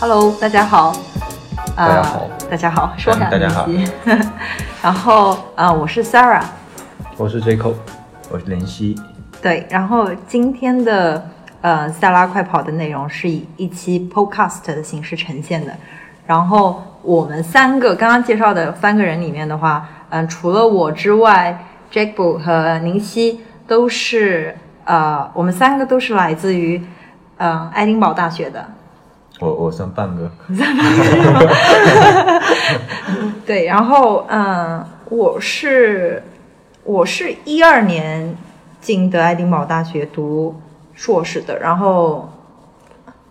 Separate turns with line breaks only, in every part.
Hello，大家好。
大家好哎
呃大家好，说啥呢？
大家好
这期。 然后啊、呃我是 Sarah，
我是 Jaco，我是林夕。
对，然后今天的呃萨拉快跑的内容是以一期 podcast 的形式呈现的。然后我们三个刚刚介绍的三个人里面的话，嗯、除了我之外，Jack Bo 和宁熙都是呃，我们三个都是来自于呃爱丁堡大学的。
我我算半个，
对，然后嗯，我是我是一二年进的爱丁堡大学读硕士的，然后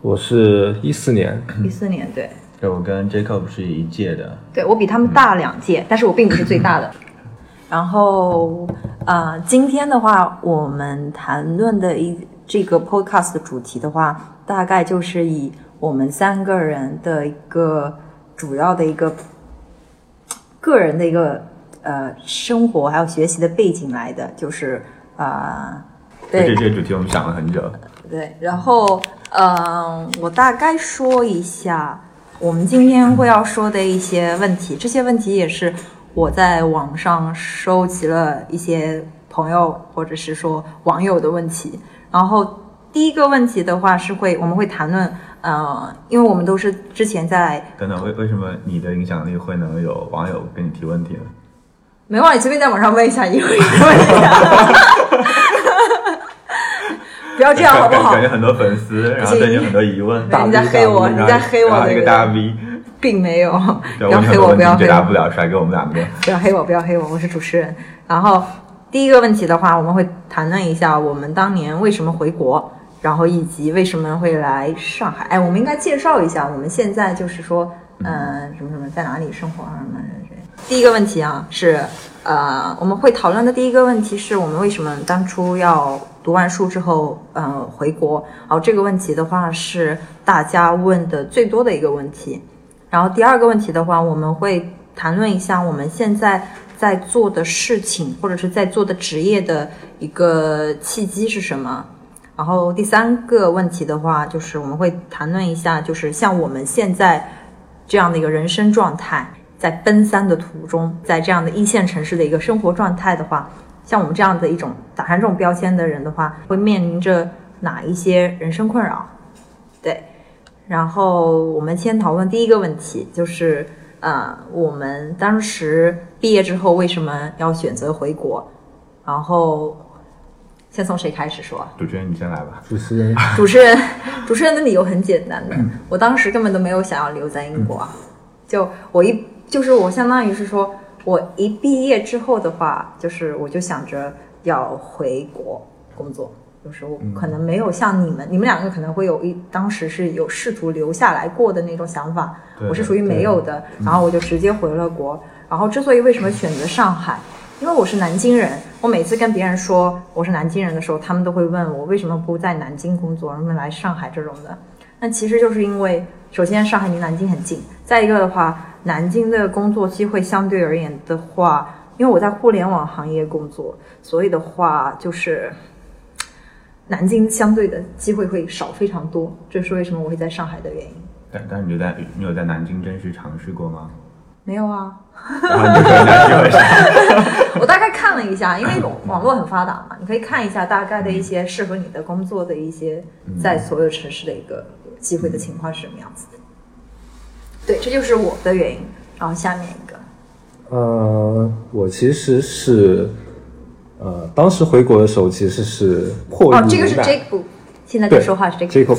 我是一四年，
一四年对，
对我跟 Jacob 是一届的，
对我比他们大两届，但是我并不是最大的。然后，呃，今天的话，我们谈论的一这个 podcast 的主题的话，大概就是以我们三个人的一个主要的一个个人的一个呃生活还有学习的背景来的，就是啊、呃，对，
这这个主题我们想了很久。
对，然后嗯、呃我大概说一下我们今天会要说的一些问题，这些问题也是我在网上收集了一些朋友或者是说网友的问题，然后第一个问题的话是会我们会谈论。呃，因为我们都是之前在
等等，为为什么你的影响力会能有网友跟你提问题呢？
没忘，你随便在网上问一下，一会儿问一下， 不要这样好不好
感？觉很多粉丝，然后对你有很多疑问。
对你在黑我
然后
你在黑我
然后一个
对不对
大 V，
并没有，不要
对问你很
黑
多
我，
问
不
题
要
你
黑
解
我
答。不了，甩给我们两个。
不要黑我，不要黑我，我是主持人。然后第一个问题的话，我们会谈论一下我们当年为什么回国，然后以及为什么会来上海。哎，我们应该介绍一下，我们现在就是说，嗯、什么什么在哪里生活啊，什么什么之类的。第一个问题啊是，呃，我们会讨论的第一个问题是我们为什么当初要读完书之后，呃，回国。然后这个问题的话是大家问的最多的一个问题。然后第二个问题的话，我们会谈论一下我们现在在做的事情，或者是在做的职业的一个契机是什么。然后第三个问题的话，就是我们会谈论一下，就是像我们现在这样的一个人生状态，在奔三的途中，在这样的一线城市的一个生活状态的话，像我们这样的一种打上这种标签的人的话，会面临着哪一些人生困扰？对，然后我们先讨论第一个问题，就是呃，我们当时毕业之后为什么要选择回国？然后先从谁开始说啊？
主持人，你先来吧。
主持人，
主持人， 主持人的理由很简单的，我当时根本都没有想要留在英国啊，就我一就是我相当于是说，我一毕业之后的话，就是我就想着要回国工作，就是我可能没有像你们，你们两个可能会有一当时是有试图留下来过的那种想法，
对
我是属于没有的，然后我就直接回了国。然后之所以为什么选择上海，因为我是南京人，我每次跟别人说我是南京人的时候，他们都会问我为什么不在南京工作，为什么来上海这种的。那其实就是因为，首先上海离南京很近，再一个的话，南京的工作机会相对而言的话，因为我在互联网行业工作，所以的话就是南京相对的机会会少非常多，这是为什么我会在上海的原因。
但但是你就在你有在南京真实尝试过吗？
没有啊，
然后你就说南京为啥？
我大概看了一下，因为网络很发达嘛，你可以看一下大概的一
嗯
些适合你的工作的一些在所有城市的一个机会的情况是什么样子的。
嗯
对，这就是我的原因。然后下面一个，
呃，我其实是，呃，当时回国的时候其实是迫于
哦，这个是
无奈
Jake Boo，现在
对，
在说话是 Jake，
Jacob。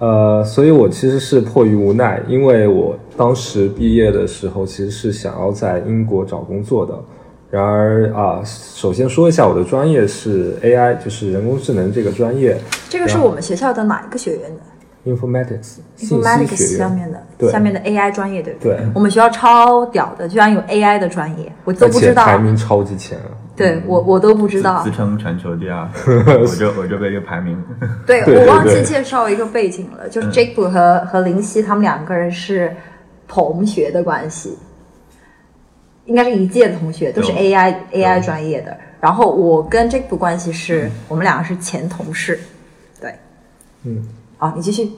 呃，所以我其实是迫于无奈，因为我当时毕业的时候其实是想要在英国找工作的。然而啊，首先说一下我的专业是 AI，就是人工智能这个专业
这个是我们学校的哪一个学院的
，Informatics 信息
？Informatics
学
下
院。
面的
对
下面的 AI 专业，对不对？
对
我们学校超屌的，居然有 AI 的专业，我都
而
不
且
知道
排。名超级前啊。
对我我都不知道，
自称全球第 二，我就我就被这个排名。
对
对
我
对
忘记
对嗯
介绍一个背景了，就是 Jake 和、和林夕他们两个人是同学的关系，应该是一届的同学，都是
对
AI AI 专业的。然后我跟 Jake 的关系是、我们两个是前同事，对，
嗯，
好，你继续。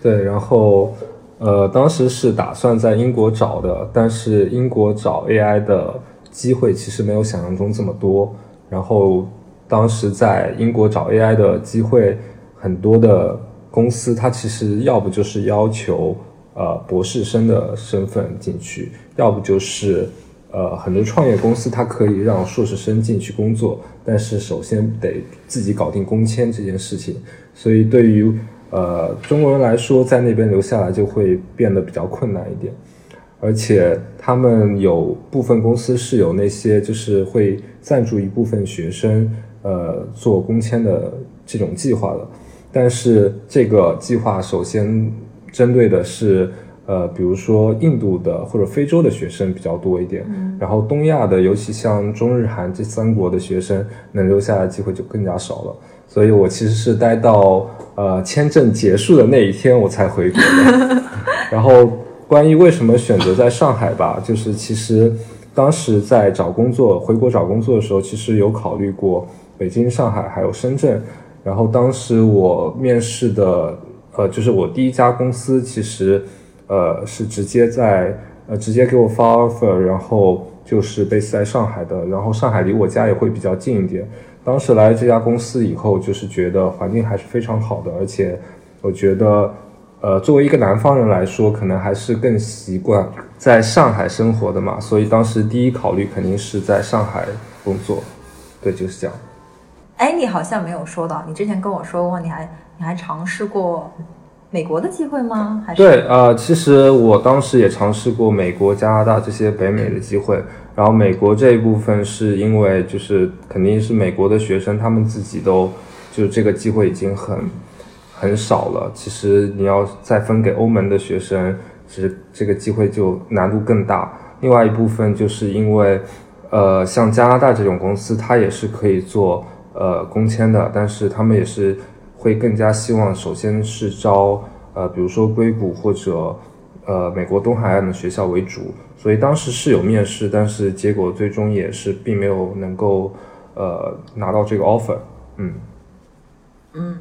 对，然后呃，当时是打算在英国找的，但是英国找 AI 的机会其实没有想象中这么多。然后当时在英国找 AI 的机会，很多的公司它其实要不就是要求呃博士生的身份进去，要不就是呃很多创业公司它可以让硕士生进去工作，但是首先得自己搞定工签这件事情。所以对于呃中国人来说，在那边留下来就会变得比较困难一点。而且他们有部分公司是有那些就是会赞助一部分学生，呃，做工签的这种计划的。但是这个计划首先针对的是，呃，比如说印度的或者非洲的学生比较多一点，然后东亚的，尤其像中日韩这三国的学生，能留下来的机会就更加少了。所以我其实是待到呃签证结束的那一天我才回国的。然后关于为什么选择在上海吧，就是其实当时在找工作，回国找工作的时候，其实有考虑过北京、上海还有深圳。然后当时我面试的，呃，就是我第一家公司，其实呃是直接在呃直接给我发 offer，然后就是 base 在上海的，然后上海离我家也会比较近一点。当时来这家公司以后，就是觉得环境还是非常好的，而且我觉得，呃，作为一个南方人来说，可能还是更习惯在上海生活的嘛，所以当时第一考虑肯定是在上海工作。对，就是这样。
哎，你好像没有说到，你之前跟我说过，你还你还尝试过美国的机会吗？还是
对，呃，其实我当时也尝试过美国、加拿大这些北美的机会，然后美国这一部分是因为就是肯定是美国的学生他们自己都就是这个机会已经很很少了，其实你要再分给欧盟的学生，其实这个机会就难度更大。另外一部分就是因为呃，像加拿大这种公司，它也是可以做呃工签的，但是他们也是会更加希望，首先是招呃，比如说硅谷或者呃美国东海岸的学校为主，所以当时是有面试，但是结果最终也是并没有能够呃拿到这个 offer。嗯，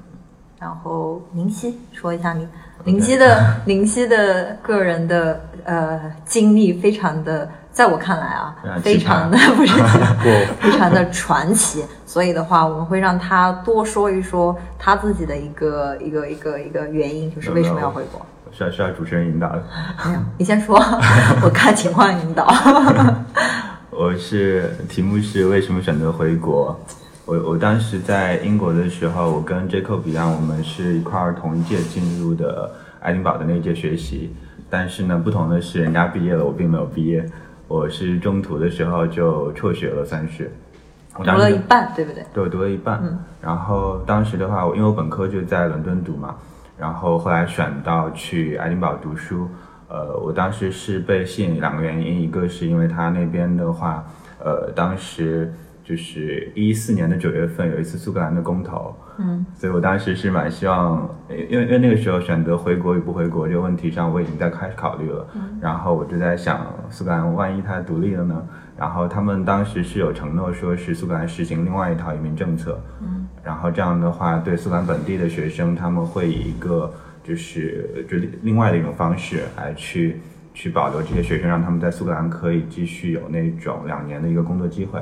然后林夕说一下你林夕的 林夕的个人的呃经历非常的，在我看来啊
非常，奇葩
非常的不是奇葩
我
非常的传奇，所以的话，我们会让他多说一说他自己的一个一个一个一个原因，就是为什么要回国。
需要需要主持人引导的。
没有，你先说， 我看情况引 导。
我是题目是为什么选择回国？我我当时在英国的时候，我跟 Jacob 一样，我们是一块儿同一届进入的爱丁堡的那一届学习。但是呢，不同的是，人家毕业了，我并没有毕业。我是中途的时候就辍学了，算是。我
读
当时
了一半，对不对？
对，我读了一半。然后当时的话，我因为我本科就在伦敦读嘛，然后后来选到去爱丁堡读书。呃，我当时是被吸引两个原因，一个是因为他那边的话，呃，当时就是一四年的九月份有一次苏格兰的公投，嗯，所以我当时是蛮希望，因为因为那个时候选择回国与不回国这个问题上，我已经在开始考虑了。然后我就在想，苏格兰万一它独立了呢？然后他们当时是有承诺，说是苏格兰实行另外一套移民政策，嗯，然后这样的话，对苏格兰本地的学生，他们会以一个就是就另外的一种方式来去去保留这些学生，让他们在苏格兰可以继续有那种两年的一个工作机会。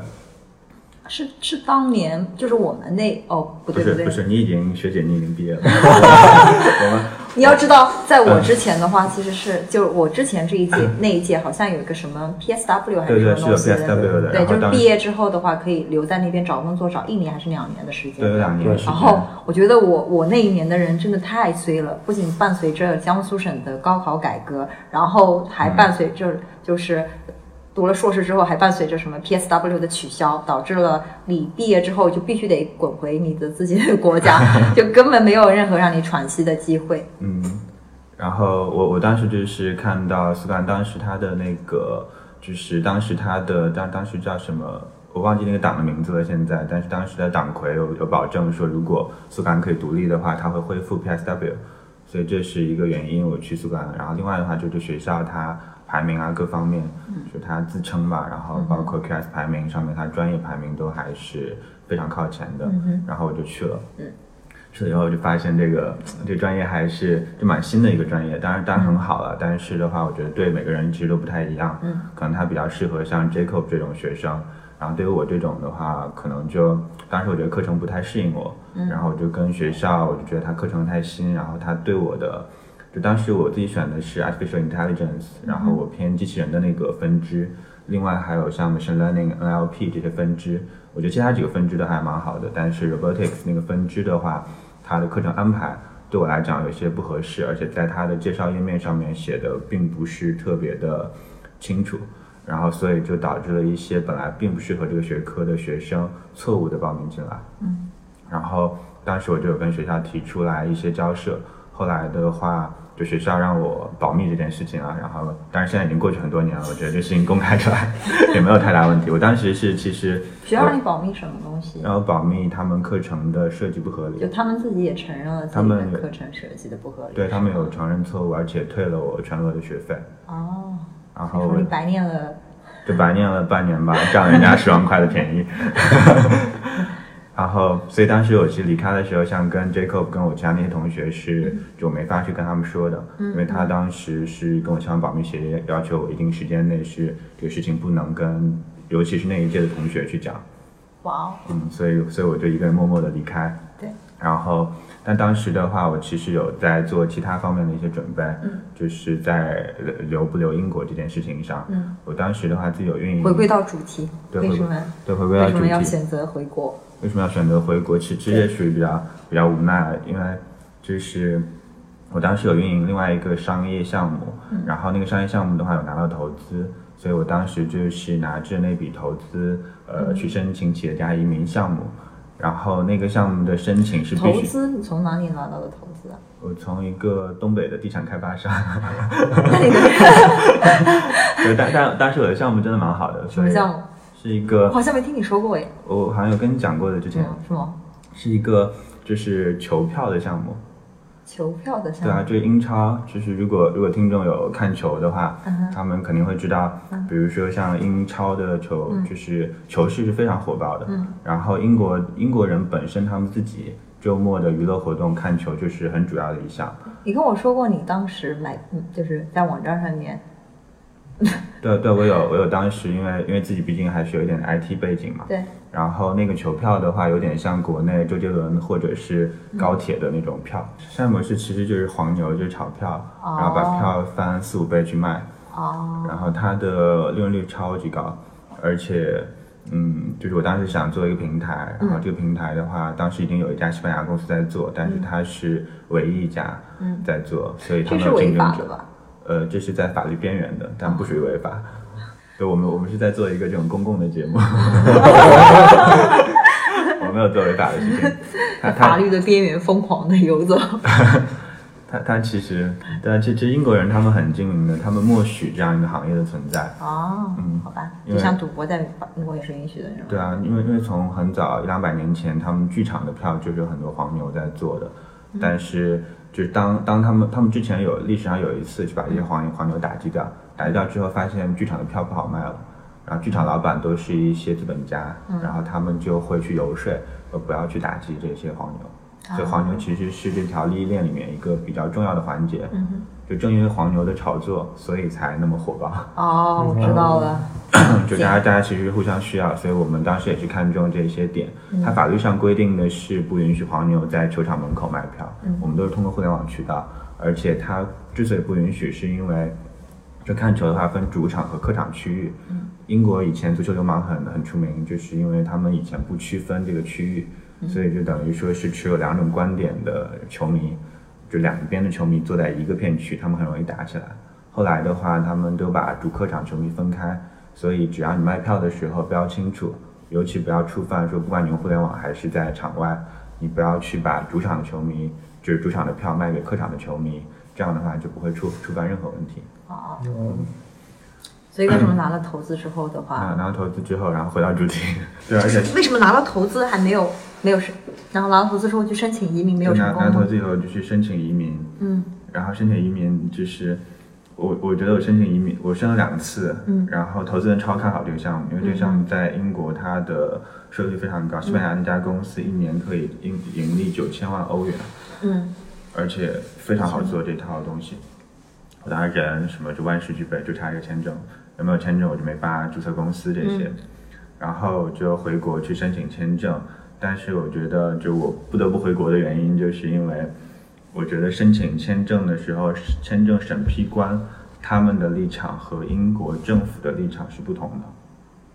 是是当年就是我们那哦，不
不
对
是
对
不，是，你已经学姐，你已经毕业了，我们
你要知道，在我之前的话，
嗯
其实是就是我之前这一届那一届好像有一个什么 PSW 还
对
是什
对
么
是有
东西
PSW 的，
对，
然后
就是
当
毕
时嗯
业之后的话，可以留在那边找工作，找一年还是两年的时间。
对有两年
对
时
然
间。
后我觉得我我那一年的人真的太衰了，不仅伴随着江苏省的高考改革，然后还伴随着就是读了硕士之后还伴随着什么 PSW 的取消，导致了你毕业之后就必须得滚回你的自己的国家， 就根本没有任何让你喘息的机会。
嗯，然后我我当时就是看到苏格兰当时他的那个，就是当时他的当当时叫什么，我忘记那个党的名字了现在，但是当时的党魁有有保证说，如果苏格兰可以独立的话，他会恢复 PSW，所以这是一个原因我去苏格兰。然后另外的话就是学校它排名啊各方面，就它自称吧，然后包括 QS 排名上面，它专业排名都还是非常靠前的，然后我就去了。去了以后就发现这个这专业还是就蛮新的一个专业，当然当然很好了，但是的话，我觉得对每个人其实都不太一样，
嗯，
可能他比较适合像 Jacob 这种学生，然后对于我这种的话，可能就当时我觉得课程不太适应我，嗯，然后我就跟学校，我就觉得他课程太新，然后他对我的。就当时我自己选的是 artificial intelligence，然后我偏机器人的那个分支，另外还有像 machine learning、NLP 这些分支，我觉得其他几个分支都还蛮好的，但是 robotics 那个分支的话，它的课程安排对我来讲有些不合适，而且在它的介绍页面上面写的并不是特别的清楚，然后所以就导致了一些本来并不适合这个学科的学生错误的报名进来。
嗯，
然后当时我就有跟学校提出来一些交涉，后来的话。就学校让我保密这件事情啊，然后但是现在已经过去很多年了，我觉得这事情公开出来 也没有太大问题。我当时是其实
学校让你保密什么东西？
然后保密他们课程的设计不合理
就，他们自己也承认了自
他
己
们
的课程设计的不合理。
对他们有承认错误，而且退了我全额的学费，
哦，
然
所以
后
说
我
你白念了。
就白念了半年吧，占了人家十万块的便宜。 然后，所以当时我去离开的时候，像跟 Jacob 跟我其他那些同学是就没法去跟他们说的，因为他当时是跟我签完保密协议，要求我一定时间内是这个事情不能跟，尤其是那一届的同学去讲。
哇哦，
嗯，所以所以我就一个人默默的离开。
对。
然后，但当时的话，我其实有在做其他方面的一些准备，
嗯，
就是在留不留英国这件事情上，
嗯，
我当时的话自己有运营
回归到主题，
嗯对
为
回
什
归
么
对回归到
为什
主
么要
题，
选择回国？
为什么要选择回国？其实这也属于比较比较无奈，因为就是我当时有运营另外一个商业项目，
嗯
然后那个商业项目的话有拿到投资，所以我当时就是拿着那笔投资，
嗯
呃，去申请企业家移民项目。然后那个项目的申请是必
投
须
资你从哪里拿到的投资 啊？
我从一个东北的地产开发商，
那你的
对，但但但是我的项目真的蛮好的，
什
所
么
以
项目？
是一
我
个
好像没听你说过哎，
我好像有跟你讲过的，之
是
前
吗？是吗？
是一个就是球票的项目，
球票的项
对啊，
目，
这个英超就是如果如果听众有看球的话，
嗯哼
他们肯定会知道，比如说像英超的球，就是球市是非常火爆的。
嗯
然后英国英国人本身他们自己周末的娱乐活动看球就是很主要的一项。
你跟我说过你当时买，嗯就是在网站上面，
对啊对，我有我有当时因为因为自己毕竟还是有一点 IT 背景嘛，
对，
然后那个球票的话，有点像国内周杰伦或者是
嗯
高铁的那种票。山姆士其实就是黄牛，就是炒票，
哦
然后把票翻四五倍去卖，
哦，
然后它的利润率超级高，而且。嗯，就是我当时想做一个平台，然后这个平台的话，当时已经有一家西班牙公司在做，但是它是唯一一家
嗯
在做，所以它
这
没
是
有
违
竞争
法的
者。
吧？哦
呃，这是在法律边缘的，但不属于违法。对，我们我们是在做一个这种公共的 节目，我没有做违法的事 情。他
法
他
律的边缘疯狂的游走，
他他其实，但其实英国人他们很精明的，他们默许这样一个行业的存在。
哦，
嗯
好吧，
因
就
为
像赌博在英国也是允许的，是吗？
对啊，因为因为从很早一两百年前，他们剧场的票就是有很多黄牛在做的，但是就是当当他们他们之前有历史上有一次就把这些黄牛黄牛打击掉，打击掉之后发现剧场的票不好卖了，然后剧场老板都是一些资本家，然后他们就会去游说，呃不要去打击这些黄牛，所以黄牛其实是这条利益链里面一个比较重要的环节，
嗯
就正因为黄牛的炒作，所以才那么火爆。
哼，哦，我知道了。
嗯就大家大家其实互相需要，所以我们当时也是看中这些点。它法律上规定的是不允许黄牛在球场门口卖票，我们都是通过互联网渠道。而且它之所以不允许，是因为就看球的话分主场和客场区域。英国以前足球流氓很很出名，就是因为他们以前不区分这个区域，所以就等于说是持有两种观点的球迷，就两边的球迷坐在一个片区，他们很容易打起来。后来的话，他们都把主客场球迷分开，所以只要你卖票的时候标清楚，尤其不要触犯说，不管你用互联网还是在场外，你不要去把主场的球迷，就是主场的票卖给客场的球迷，这样的话就不会触触犯任何问题。
哦，
嗯
所以为什么拿了投资之后的话，
那然后投资之后，然后回到主题，对，而且
为什么拿了投资还没有没有申，然后拿了投资之后去申请移民没有成
拿拿
功
投
吗？
资以后就去申请移民，
嗯，
然后申请移民就是我我觉得我申请移民，我申了两次，嗯，然后投资人超看好这个项目，因为这个项目在英国它的收益率非常
嗯
高，西班牙那家公司一年可以盈盈利九千万欧元，
嗯，
而且非常好做这套东西。我当时人什么就万事俱备，就差一个签证，有没有签证我就没办法注册公司这些，然后就回国去申请签证。但是我觉得，就我不得不回国的原因，就是因为我觉得申请签证的时候，签证审批官他们的立场和英国政府的立场是不同的，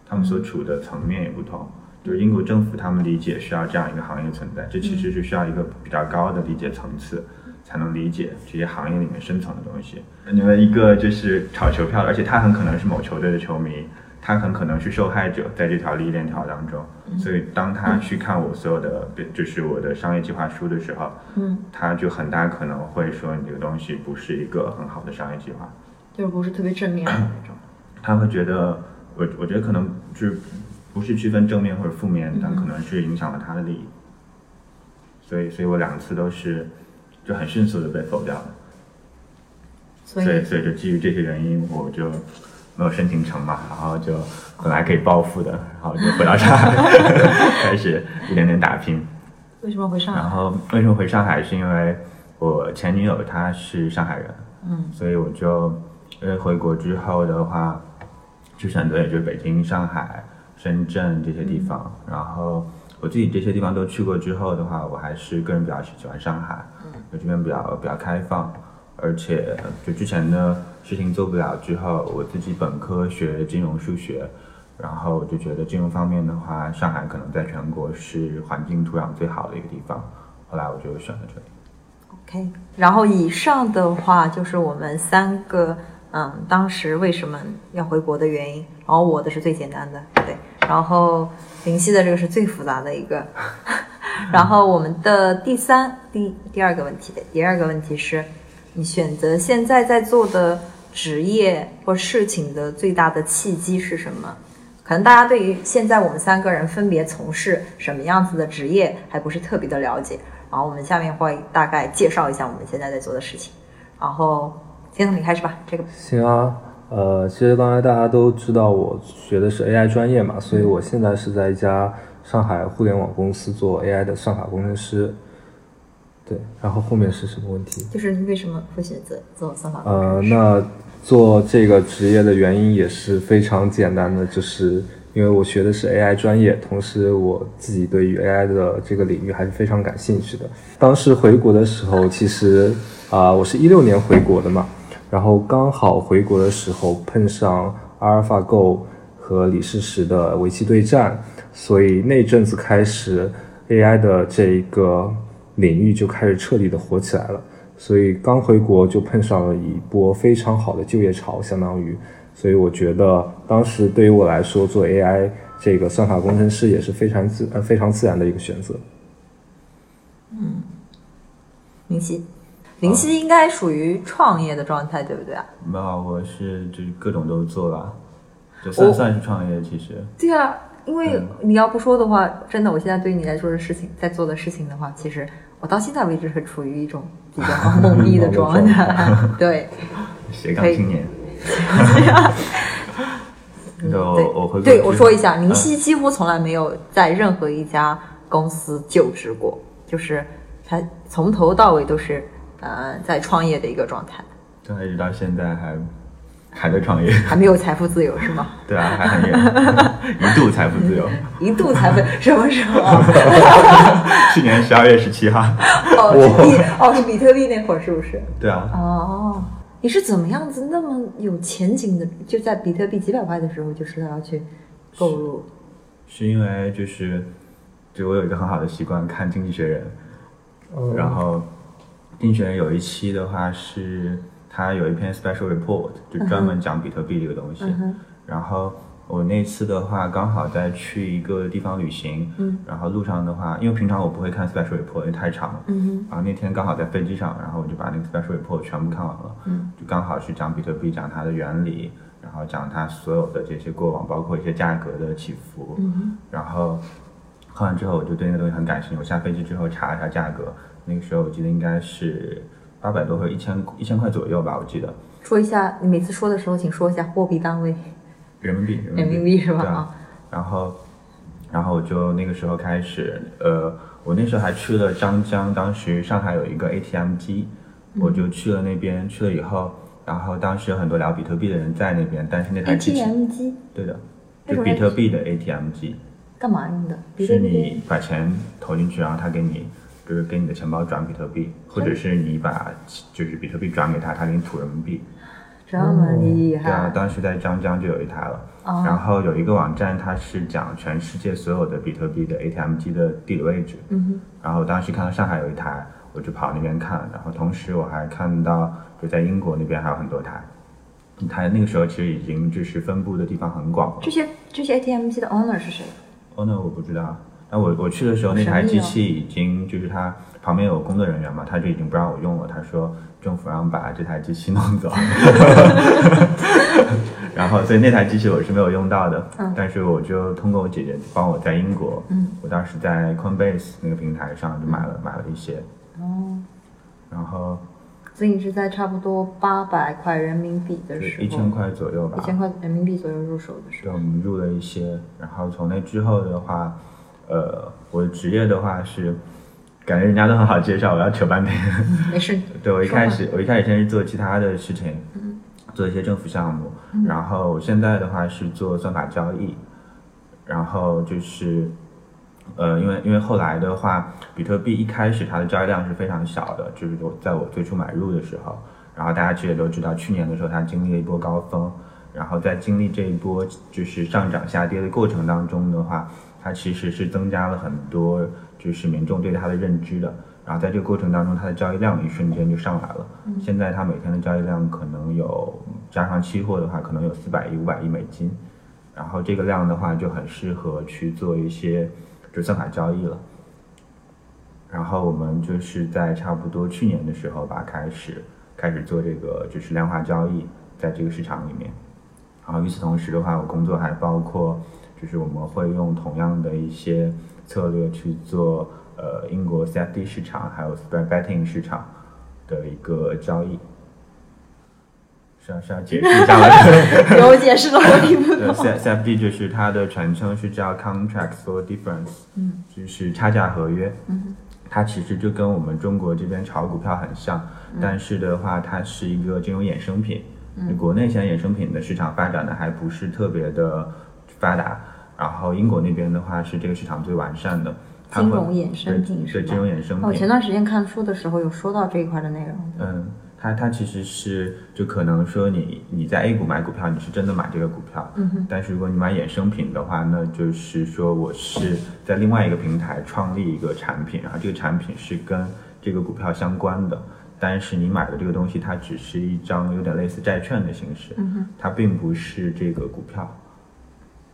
他们所处的层面也不同。就是英国政府他们理解需要这样一个行业存在，这其实是需要一个比较高的理解层次。才能理解这些行业里面深层的东西。你们一个就是炒球票的，而且他很可能是某球队的球迷，他很可能是受害者，在这条利益链条当中。所以当他去看我所有的，就是我的商业计划书的时候，
嗯，
他就很大可能会说你这个东西不是一个很好的商业计划。
就是不是特别正面的那种。
他会觉得，我我觉得可能就是不是区分正面或者负面，但可能是影响了他的利益。所以，所以我两次都是就很迅速的被否掉了。
所
所以
以
所以就基于这些原因，我就没有申请成嘛，然后就本来可以报复的，然后就回到上海， 开始一点点打拼。
为什么回上
然
海？
后为什么回上海？是因为我前女友她是上海人，
嗯，
所以我就因为回国之后的话，就选择也就是北京、上海、深圳这些地方。然后我自己这些地方都去过之后的话，我还是个人比较喜欢上海，嗯，这边比较比较开放，而且呃就之前的事情做不了之后，我自己本科学金融数学。然后我就觉得金融方面的话，上海可能在全国是环境土壤最好的一个地方。后来我就选了这里。
OK，然后以上的话就是我们三个，嗯，当时为什么要回国的原因。然后我的是最简单的，对。然后林夕的这个是最复杂的一个。 然后我们的第三、第第二个问题，第二个问题是，你选择现在在做的职业或事情的最大的契机是什么？可能大家对于现在我们三个人分别从事什么样子的职业还不是特别的了解，然后我们下面会大概介绍一下我们现在在做的事情。然后，先从你开始吧，这个
行啊，呃，其实刚才大家都知道我学的是 AI 专业嘛，所以我现在是在一家上海互联网公司做 AI 的上海工程师。对，然后后面是什么问题？
就是你为什么会选择做算法工
呃
程，师？
那做这个职业的原因也是非常简单的，就是因为我学的是 AI 专业，同时我自己对于 AI 的这个领域还是非常感兴趣的。当时回国的时候，其实啊、我是一六年回国的嘛，然后刚好回国的时候碰上 AlphaGo 和李世石的围棋对战，所以那阵子开始，AI 的这个领域就开始彻底的火起来了。所以刚回国就碰上了一波非常好的就业潮，相当于，所以我觉得当时对于我来说，做 AI 这个算法工程师也是非常自呃非常自然的一个选择。
林夕，林夕应该属于创业的状态，对不对啊？
没有，我是就是各种都做了，就
哦
算算是创业，其实
对啊，因为你要不说的话，真的，我现在对你来说的事情，在做的事情的话，其实我到现在为止是处于一种比较 懵逼的状态。 对，
斜杠
可以
青年。 对，
对
我我回国
对
之后
我说一下，林
嗯
夕几乎从来没有在任何一家公司就职过，就是他从头到尾都是呃在创业的一个状态，
对，一直到现在还还在创业，
还没有财富自由是吗？
对啊，还很远， 一度财富自由，
一度财富什么时候？啊
去年十二月十七号。
哦，是比哦是比特币那会儿是不是？
对啊，
哦，你是怎么样子那么有前景的？就在比特币几百块的时候就知道要去购入，
是因为就是就我有一个很好的习惯，看《经济学人》。
哦
哦
然后经济学人有一期的话是它有一篇 special report，就
嗯
专门讲比特币这个东西。然后我那次的话刚好在去一个地方旅行，然后路上的话，因为平常我不会看 special report，因为太长了。然后那天刚好在飞机上，然后我就把那个 special report 全部看完了。就刚好是讲比特币，讲它的原理。然后讲它所有的这些过往，包括一些价格的起伏，然后看完之后，我就对那个东西很感兴趣。我下飞机之后查了一下价格，那个时候我记得应该是八百多或者一千一千块左右吧，我记得。
说一下，你每次说的时候，请说一下货币单位，
人民币，
人民币是吧？
对啊
啊，
然后，然后我就那个时候开始，呃，我那时候还去了张江，当时上海有一个 ATM 机，
嗯
我就去了那边，去了以后，然后当时有很多聊比特币的人在那边，但是那台机器
ATM 机
对的，
为什
就
么
比
要
特币的 ATM 机，
干嘛用的？比特
是
币
你把钱投进去，然后他给你。就是给你的钱包转比特币，或
哎
者是你把就是比特币转给他，他给你吐人民币。
这么厉
对啊
害，
当时在张江就有一台了。
啊！
然后有一个网站，它是讲全世界所有的比特币的 ATM 机的地理位置。
嗯
然后我当时看到上海有一台，我就跑那边看。然后同时我还看到，就在英国那边还有很多台。台那个时候其实已经就是分布的地方很广
哼，
了。
这些这些 ATM 机的 owner 是谁？
哦，那我不知道。那我我去的时候，那
神秘
台
哦
机器已经就是它旁边有工作人员嘛，他就已经不让我用了。他说政府让把这台机器弄 走，然后所以那台机器我是没有用到的。
嗯
但是我就通过我姐姐帮我在英国，我当时在 Coinbase 那个平台上就买了买了一些，
哦，
然后
所以你是在差不多八百块人民币的
就
时候，
一千块左右吧
一，千块人民币左右入手的时
对，我们录了一些，然后从那之后的话，呃，我的职业的话是，感觉人家都很好介绍，我要扯半天。
候，没事，
对我一
说吧
开始，我一开始先是做其他的事情，做一些政府项目，然后我现在的话是做算法交易，然后就是，呃，因为因为后来的话，比特币一开始它的交易量是非常小的，就是我在我最初买入的时候，然后大家其实也都知道，去年的时候它经历了一波高峰，然后在经历这一波就是上涨下跌的过程当中的话，它其实是增加了很多就是民众对它的认知的。然后在这个过程当中，它的交易量一瞬间就上来了。现在它每天的交易量可能有加上期货的话，可能有四百亿、五百亿美金。然后这个量的话，就很适合去做一些就算法交易了。然后我们就是在差不多去年的时候吧，开始开始做这个就是量化交易，在这个市场里面。然后与此同时的话，我工作还包括就是我们会用同样的一些策略去做呃英国 CFD 市场还有 spread betting 市场的一个交易。是啊要是要解释一下吗？
有解释的我听不
对
懂。
，C F D 就是它的全称是叫 Contract for Difference，嗯，就是差价合约，嗯，它其实就跟我们中国这边炒股票很像，但是的话，它是一个金融衍生品。嗯、国内现在衍生品的市场发展的还不是特别的发达，然后英国那边的话是这个市场最完善的。它会
金融衍生品
对
是
对
吧
金融衍生 品，
我前段时间看书的时候有说到这一块的内容，
嗯，它它其实是就可能说你你在 A 股买股票，你是真的买这个股票，嗯、但是如果你买衍生品的话，那就是说我是在另外一个平台创立一个产品，然后这个产品是跟这个股票相关的。但是你买的这个东西，它只是一张有点类似债券的形式，它并不是这个股票。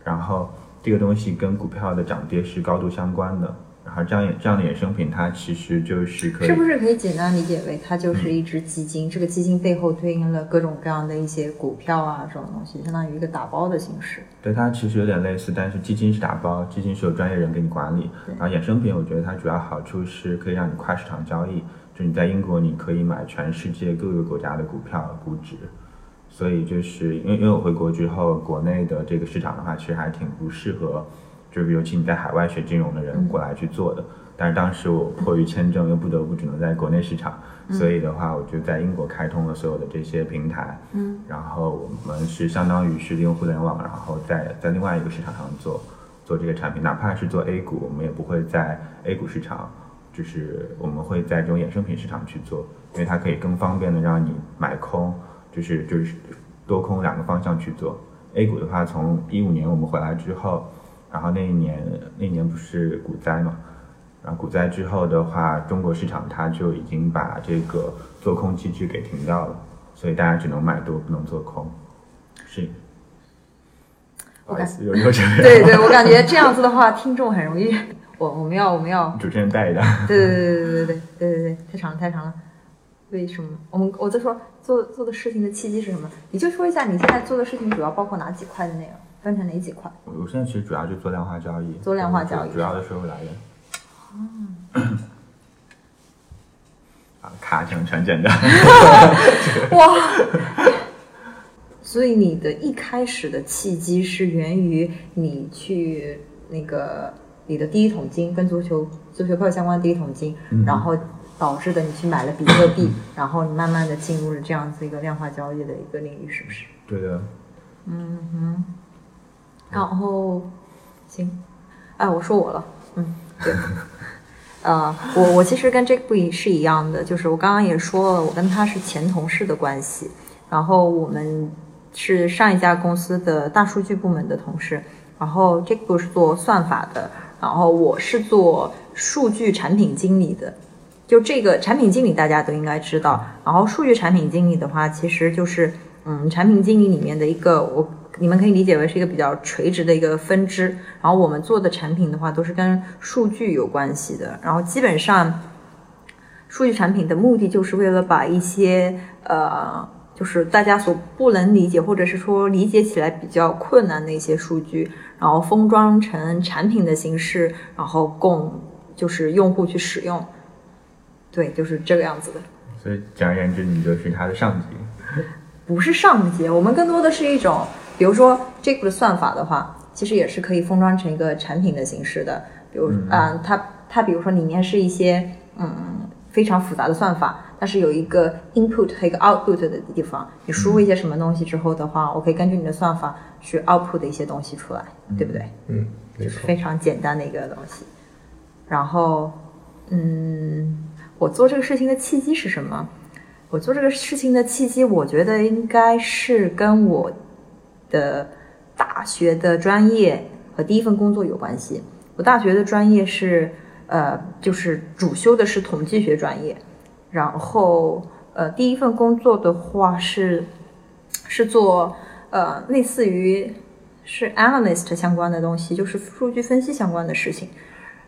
然后这个东西跟股票的涨跌是高度相关的。然后这样这样的衍生品，它其实就是可以
是不是可以简单理解为它就是一只基金？这个基金背后对应了各种各样的一些股票啊这种东西，相当于一个打包的形式。
对，它其实有点类似，但是基金是打包，基金是有专业人给你管理。然后衍生品，我觉得它主要好处是可以让你跨市场交易，就你在英国你可以买全世界各个国家的股票估值。所以就是因为因为我回国之后，国内的这个市场的话，其实还挺不适合，就是尤其你在海外学金融的人过来去做的。但是当时我迫于签证，又不得不只能在国内市场，所以的话，我就在英国开通了所有的这些平台。嗯，然后我们是相当于是利用互联网，然后在在另外一个市场上做做这些产品，哪怕是做 A 股，我们也不会在 A 股市场，就是我们会在这种衍生品市场去做，因为它可以更方便的让你买空，就是就是多空两个方向去做。A 股的话，从一五年我们回来之后，然后那一年那一年不是股灾嘛，然后股灾之后的话，中国市场它就已经把这个做空机制给停掉了，所以大家只能买多，不能做空。是，不好意思，又又这样。
对对，我感觉这样子的话，听众很容易，我我们要我们要，
主持人带的，
对对对对对对对对对，太长了太长了。为什么？我们我在说做做的事情的契机是什么？你就说一下你现在做的事情主要包括哪几块的内容，分成哪几块？
我我现在其实主要就做量化交易，
做量化交易嗯
主主要的收入来源。啊，卡成全简单。
哇， 所以你的一开始的契机是源于你去那个你的第一桶金跟足球足球票相关的第一桶金，然后导致的你去买了比特币，然后你慢慢的进入了这样子一个量化交易的一个领域，是不是？
对的，
然后，行，哎，我说我了，嗯，对， 呃，我我其实跟 Jake 不一是一样的，就是我刚刚也说了，我跟他是前同事的关系，然后我们是上一家公司的大数据部门的同事，然后 Jake 不是做算法的，然后我是做数据产品经理的，就这个产品经理大家都应该知道，然后数据产品经理的话，其实就是嗯，产品经理里面的一个我。你们可以理解为是一个比较垂直的一个分支，然后我们做的产品的话都是跟数据有关系的，然后基本上数据产品的目的就是为了把一些呃，就是大家所不能理解或者是说理解起来比较困难的一些数据，然后封装成产品的形式，然后供就是用户去使用。对，就是这个样子的。
所以简而言之，你就是他的上级。
不是上节，我们更多的是一种，比如说 Jake 的算法的话，其实也是可以封装成一个产品的形式的。比如，嗯、它它比如说里面是一些嗯非常复杂的算法，但是有一个 input 和一个 output 的地方，你输入一些什么东西之后的话，我可以根据你的算法去 output 的一些东西出来，对不对？
嗯，没错。
非常简单的一个东西。然后，嗯，我做这个事情的契机是什么？我做这个事情的契机，我觉得应该是跟我的大学的专业和第一份工作有关系。我大学的专业是呃，就是主修的是统计学专业，然后呃，第一份工作的话是是做呃类似于是 analyst 相关的东西，就是数据分析相关的事情。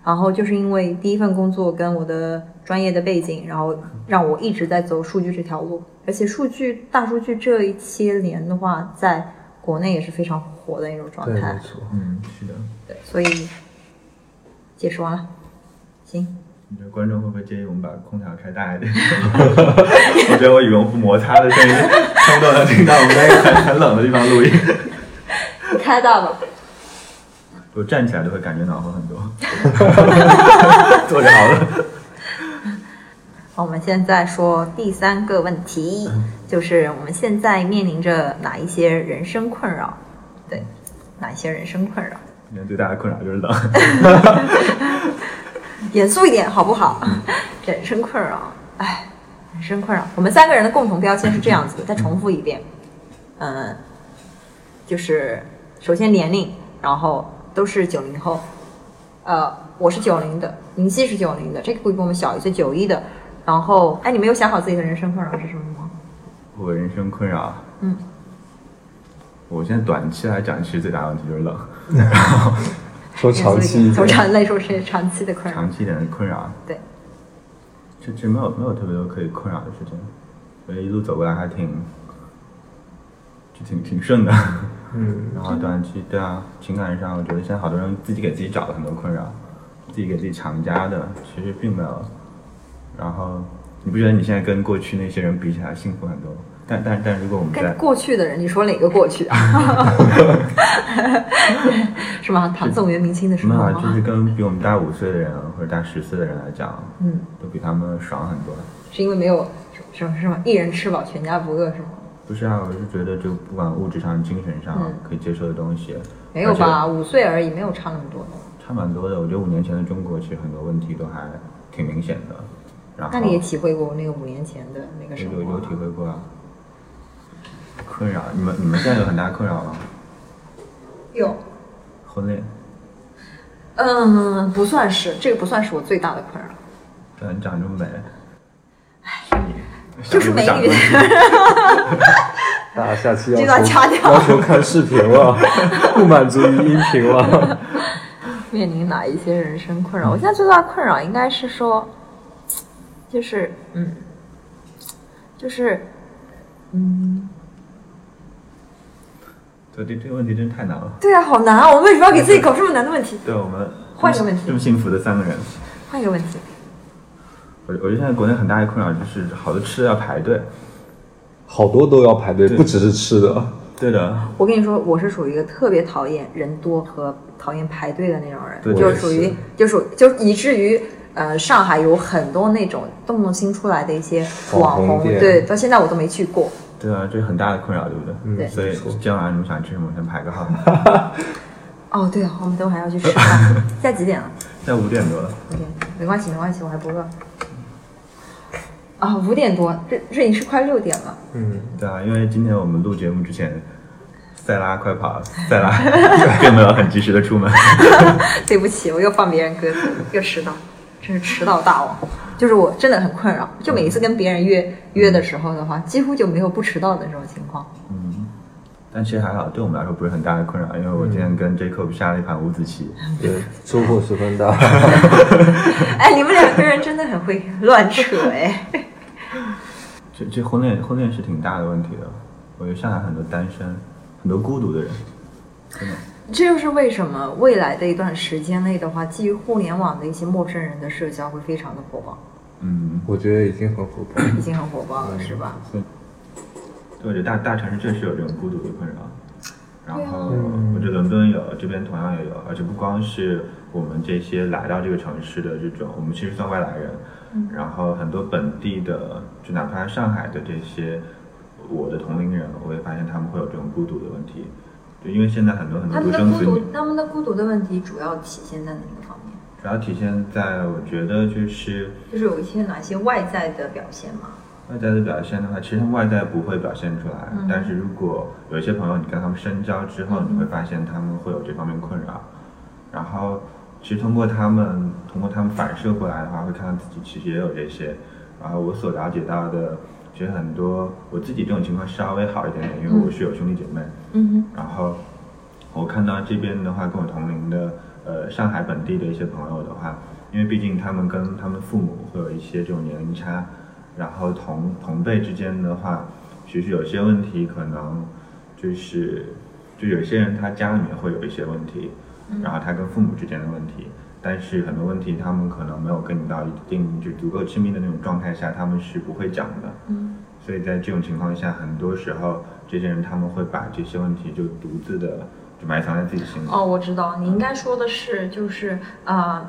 然后就是因为第一份工作跟我的专业的背景，然后让我一直在走数据这条路。而且数据、大数据这一些年的话，在国内也是非常火的那种状
对，
态
没。错。
嗯，是的。
对，所以解释完了，行，
你觉得观众会不会介意我们把空调开大一点？ 我觉得我羽绒服摩擦的声音，他们都能听到我们在一个很很冷的地方录音。
开大吧。
我站起来都会感觉暖和很多， 坐着好了。
我们现在说第三个问题，就是我们现在面临着哪一些人生困扰？对，哪一些人生困扰？
今天最大的困扰就是冷。
严肃一点好不好？ 人生困扰，哎，人生困扰。我们三个人的共同标签是这样子的，再重复一遍，嗯，就是首先年龄，然后都是九零后，呃，我是九零的，林夕是九零的，这个会比我们小一岁，九一的。然后，哎，你没有想好自己的人生困扰是什么吗？
我人生困扰，
嗯，
我现在短期来讲，其实最大的问题就是冷。
说长期一
从
点，
长来说是长期的困扰
长。期一点的困扰，
嗯对，
这这没有没有特别多可以困扰的事情，所以一路走过来还挺，就挺挺顺的。
嗯，
然后短期对啊，情感上我觉得现在好多人自己给自己找了很多困扰，自己给自己强加的，其实并没有。然后你不觉得你现在跟过去那些人比起来幸福很多？但但但如果我们
跟
在
过去的人，你说哪个过去啊？ 是吗？唐宋元明清的时
没
候
有啊，
吗？
就是跟比我们大五岁的人或者大十岁的人来讲，
嗯，
都比他们爽很多。
是因为没有什么什么一人吃饱全家不饿是吗？
不是啊，我是觉得就不管物质上、精神上
嗯
可以接受的东西，
没有吧，五岁而已，没有差那么多的。
差蛮多的。我觉得五年前的中国其实很多问题都还挺明显的，然后
那你也体会过那个五年前的那个
有
生
有
活
有
吗
体？会过啊？困扰你们你们现在有很大困扰吗？
有，
婚恋？
嗯，不算是这个不算是我最大的困扰，
对啊，你长这么美，
哎就是美
长
女
得不。
大家下期要
这段
求
掐掉
要求看视频 了，不满足于音频了。
面临哪一些人生困扰？我现在最大的困扰应该是说，就是嗯，就是嗯，
对，这这个问题真太难了。
对啊，好难啊！我们为什么要给自己搞这么难的问题？
对我们
换一个问题
这么幸福的三个人，
换一个问题，
我我觉得现在国内很大的困扰就是好多吃的要排队。
好多都要排队，
对
不只是吃的，
对的，
我跟你说，我是属于一个特别讨厌人多和讨厌排队的那种
对
人，就
我也
属于
是
就属就以至于。呃，上海有很多那种动不动新出来的一些网
网
红，
红店
对，到现在我都没去过。
对啊，这是很大的困扰，对不
对
对？所以
嗯没错
今天晚上你们想吃什么，我先排个号。
哦，对啊，我们等会儿还要去吃饭，现在几点了？
在五点多了，
五点，没关系，没关系，我还不饿。啊，五点多，这这已经是快六点了。
嗯，
对啊，因为今天我们录节目之前，塞拉快跑，塞 拉并没有很及时的出门。
对不起，我又放别人鸽子， 又迟到，真是迟到大王。就是我真的很困扰，就每一次跟别人约约的时候的话，几乎就没有不迟到的这种情况。
嗯，但其实还好，对我们来说不是很大的困扰，因为我今天跟 Jacob 下了一盘五子棋。
对，收获十分大。
哎，你们两个人真的很会乱扯哎。
这这婚恋婚恋是挺大的问题的，我觉得上海很多单身，很多孤独的人，真的。
这就是为什么未来的一段时间内的话，基于互联网的一些陌生人的社交会非常的火爆，
嗯，
我觉得已经很火爆。
已经很火爆了，是吧？
对我觉得大大城市确实有这种孤独的困扰，然后
对啊嗯
我觉得伦敦有，这边同样也有，而且不光是我们这些来到这个城市的这种，我们其实算外来人，
嗯
然后很多本地的，就哪怕上海的这些我的同龄人，我也发现他们会有这种孤独的问题，就因为现在很多很多
他
独
们的
生
孤
子女
独，，他们的孤独的问题主要体现在哪个方面？
主要体现在我觉得就是
就是有一些哪些外在的表现吗？
外在的表现的话，其实他们外在不会表现出来，
嗯
但是如果有一些朋友你跟他们深交之后，
嗯
你会发现他们会有这方面困扰，然后其实通过他们通过他们反射过来的话，会看到自己其实也有这些，然后我所了解到的，其实很多我自己这种情况稍微好一点点，因为我是有兄弟姐妹，
嗯
然后我看到这边的话，跟我同龄的呃上海本地的一些朋友的话，因为毕竟他们跟他们父母会有一些这种年龄差，然后同同辈之间的话，其实有些问题可能就是就有些人他家里面会有一些问题，然后他跟父母之间的问题。但是很多问题，他们可能没有跟你到一定就足够亲密的那种状态下，他们是不会讲的。
嗯
所以在这种情况下，很多时候这些人他们会把这些问题就独自的就埋藏在自己心里。
哦，我知道你应该说的是，就是呃，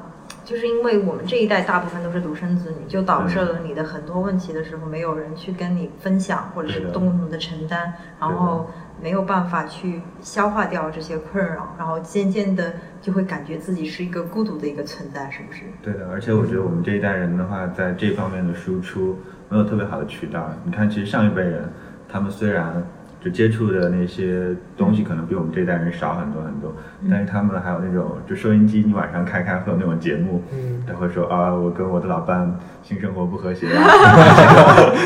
就是因为我们这一代大部分都是独生子女，就导致了你的很多问题的时候，没有人去跟你分享，或者是
对的
共同的承担，然后没有办法去消化掉这些困扰，然后渐渐的就会感觉自己是一个孤独的一个存在，是不是？
对的，而且我觉得我们这一代人的话，在这方面的输出没有特别好的渠道。你看，其实上一辈人，他们虽然就接触的那些东西可能比我们这一代人少很多很多，但是他们还有那种就收音机，你晚上开开会有那种节目，
嗯，
他会说啊，我跟我的老伴性生活不和谐啊，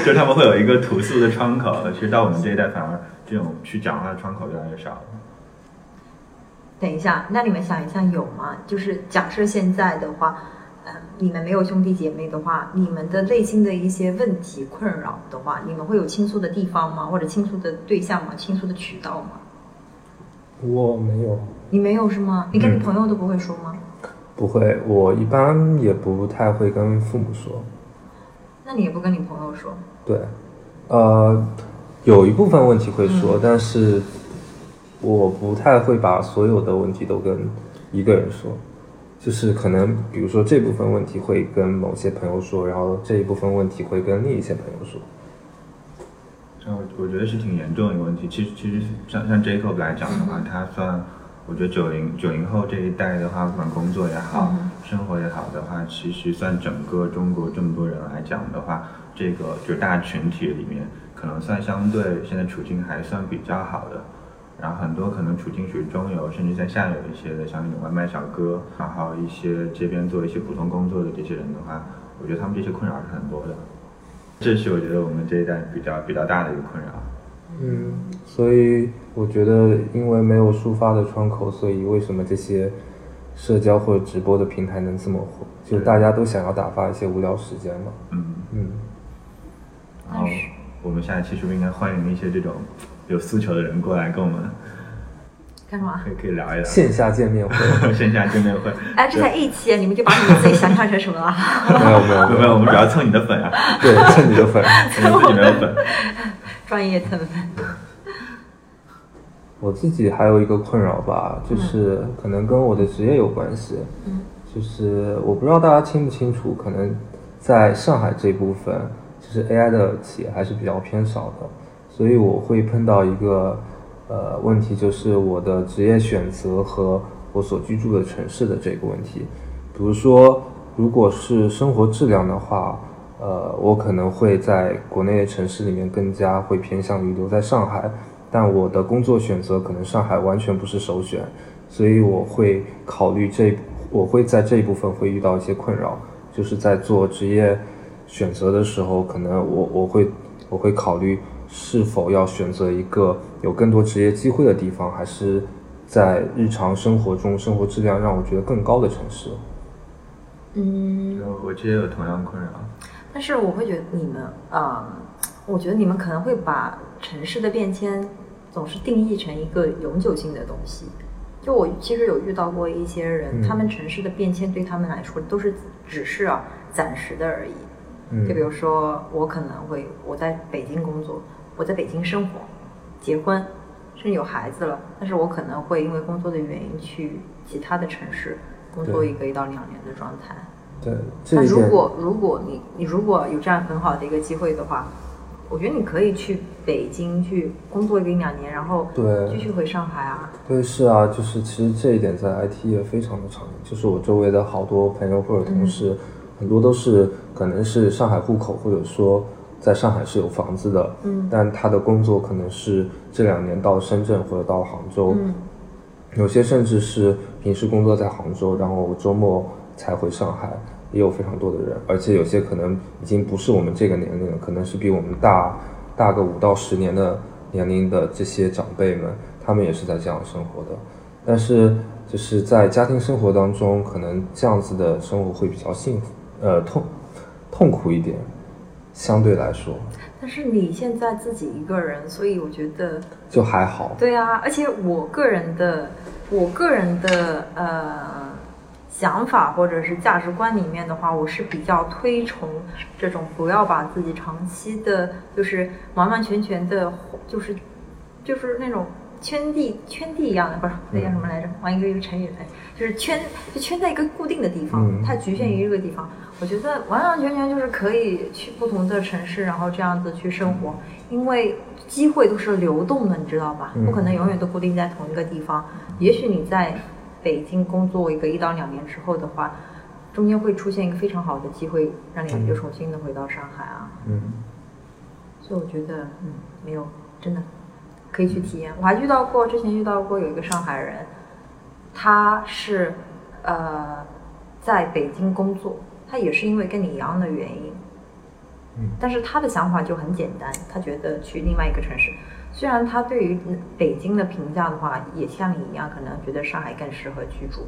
就是他们会有一个吐诉的窗口。其实到我们这一代，反而这种去讲话的窗口越来越少了。
等一下，那你们想一下有吗？就是假设现在的话，嗯、你们没有兄弟姐妹的话，你们的内心的一些问题困扰的话，你们会有倾诉的地方吗？或者倾诉的对象吗？倾诉的渠道吗？
我没有，
你没有是吗？你跟你
嗯
朋友都不会说吗？
不会，我一般也不太会跟父母说。
那你也不跟你朋友说？
对，呃，有一部分问题会说，但是我不太会把所有的问题都跟一个人说，就是可能比如说这部分问题会跟某些朋友说，然后这一部分问题会跟另一些朋友说。
这样我我觉得是挺严重的一个问题。其实其实像像 Jacob 来讲的话，他算我觉得九零九零后这一代的话，不管工作也好，
嗯
生活也好的话，其实算整个中国这么多人来讲的话，这个就大群体里面，可能算相对现在处境还算比较好的。然后很多可能处境属于中游，甚至在下游一些的，像那种外卖小哥，然后一些街边做一些普通工作的这些人的话，我觉得他们这些困扰是很多的。这是我觉得我们这一代比较比较大的一个困扰。啊
嗯，所以我觉得，因为没有抒发的窗口，所以为什么这些社交或者直播的平台能这么火？就
对
大家都想要打发一些无聊时间嘛。
嗯，
嗯，
然后
但是
我们下一期是不是应该欢迎一些这种有诉求的人过来跟我们
干什么？
可以可以聊一聊？
线下见面 会
线下见面会，
哎，这才一期，你们就把你们自己想象成什么了？
没有没有
没有
没
没
有，
有，我们主要蹭你的粉啊，
对，蹭你的粉。
我们自己没有粉。
专业蹭粉。
我自己还有一个困扰吧，就是可能跟我的职业有关系。
嗯，
就是我不知道大家清不清楚，可能在上海这部分，就是 AI 的企业还是比较偏少的，所以我会碰到一个呃问题，就是我的职业选择和我所居住的城市的这个问题。比如说，如果是生活质量的话，呃，我可能会在国内的城市里面更加会偏向于留在上海，但我的工作选择可能上海完全不是首选，所以我会考虑这，我会在这一部分会遇到一些困扰，就是在做职业选择的时候，可能我我会我会考虑是否要选择一个有更多职业机会的地方，还是在日常生活中生活质量让我觉得更高的城市。
嗯，
我我其实有同样困扰。啊
但是我会觉得你们，嗯，我觉得你们可能会把城市的变迁总是定义成一个永久性的东西。就我其实有遇到过一些人，
嗯
他们城市的变迁对他们来说都是只是啊暂时的而已。
嗯，
就比如说，我可能会我在北京工作，我在北京生活、结婚，甚至有孩子了，但是我可能会因为工作的原因去其他的城市工作
对
一个一到两年的状态。
对这
那
一
如
点，
果如果你你如果有这样很好的一个机会的话，我觉得你可以去北京去工作一两年，然后
对
继续回上海啊。
对，是啊，就是其实这一点在 IT 也非常的常见，就是我周围的好多朋友或者
嗯
同事，很多都是可能是上海户口，或者说在上海是有房子的，
嗯
但他的工作可能是这两年到深圳或者到杭州，
嗯
有些甚至是平时工作在杭州，然后周末才回上海，也有非常多的人，而且有些可能已经不是我们这个年龄了，可能是比我们大大个五到十年的年龄的这些长辈们，他们也是在这样生活的。但是就是在家庭生活当中，可能这样子的生活会比较幸福，呃，痛痛苦一点，相对来说
但是你现在自己一个人，所以我觉得
就还好。
对啊，而且我个人的我个人的呃想法或者是价值观里面的话，我是比较推崇这种不要把自己长期的，就是完完全全的，就是就是那种圈地圈地一样的，不是那叫什么来
嗯
着？玩一个一个成语来，就是圈就圈在一个固定的地方，
嗯
太局限于这个地方。我觉得完完全全就是可以去不同的城市，然后这样子去生活，因为机会都是流动的，你知道吧？
嗯
不可能永远都固定在同一个地方。也许你在北京工作一个一到两年之后的话，中间会出现一个非常好的机会，让你就重新的回到上海啊。
嗯。
所以我觉得，嗯，没有真的可以去体验。我还遇到过，之前遇到过有一个上海人，他是呃在北京工作，他也是因为跟你一样的原因，
嗯，
但是他的想法就很简单，他觉得去另外一个城市。虽然他对于北京的评价的话，也像你一样，可能觉得上海更适合居住，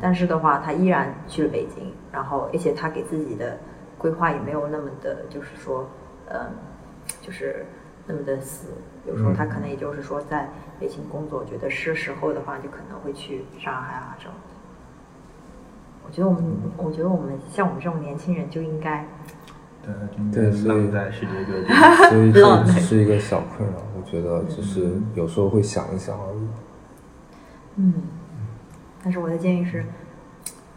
但是的话，他依然去了北京，然后而且他给自己的规划也没有那么的，就是说，嗯，就是那么的死。有时候他可能也就是说在北京工作，觉得是时候的话，就可能会去上海啊这种。我觉得我们，我觉得我们像我们这种年轻人就应该，
对，真
对
的
所以
浪在世界各地。
所以这
浪
只
费
是一个小困扰，我觉得只是有时候会想一想而已。
嗯。但是我的建议是，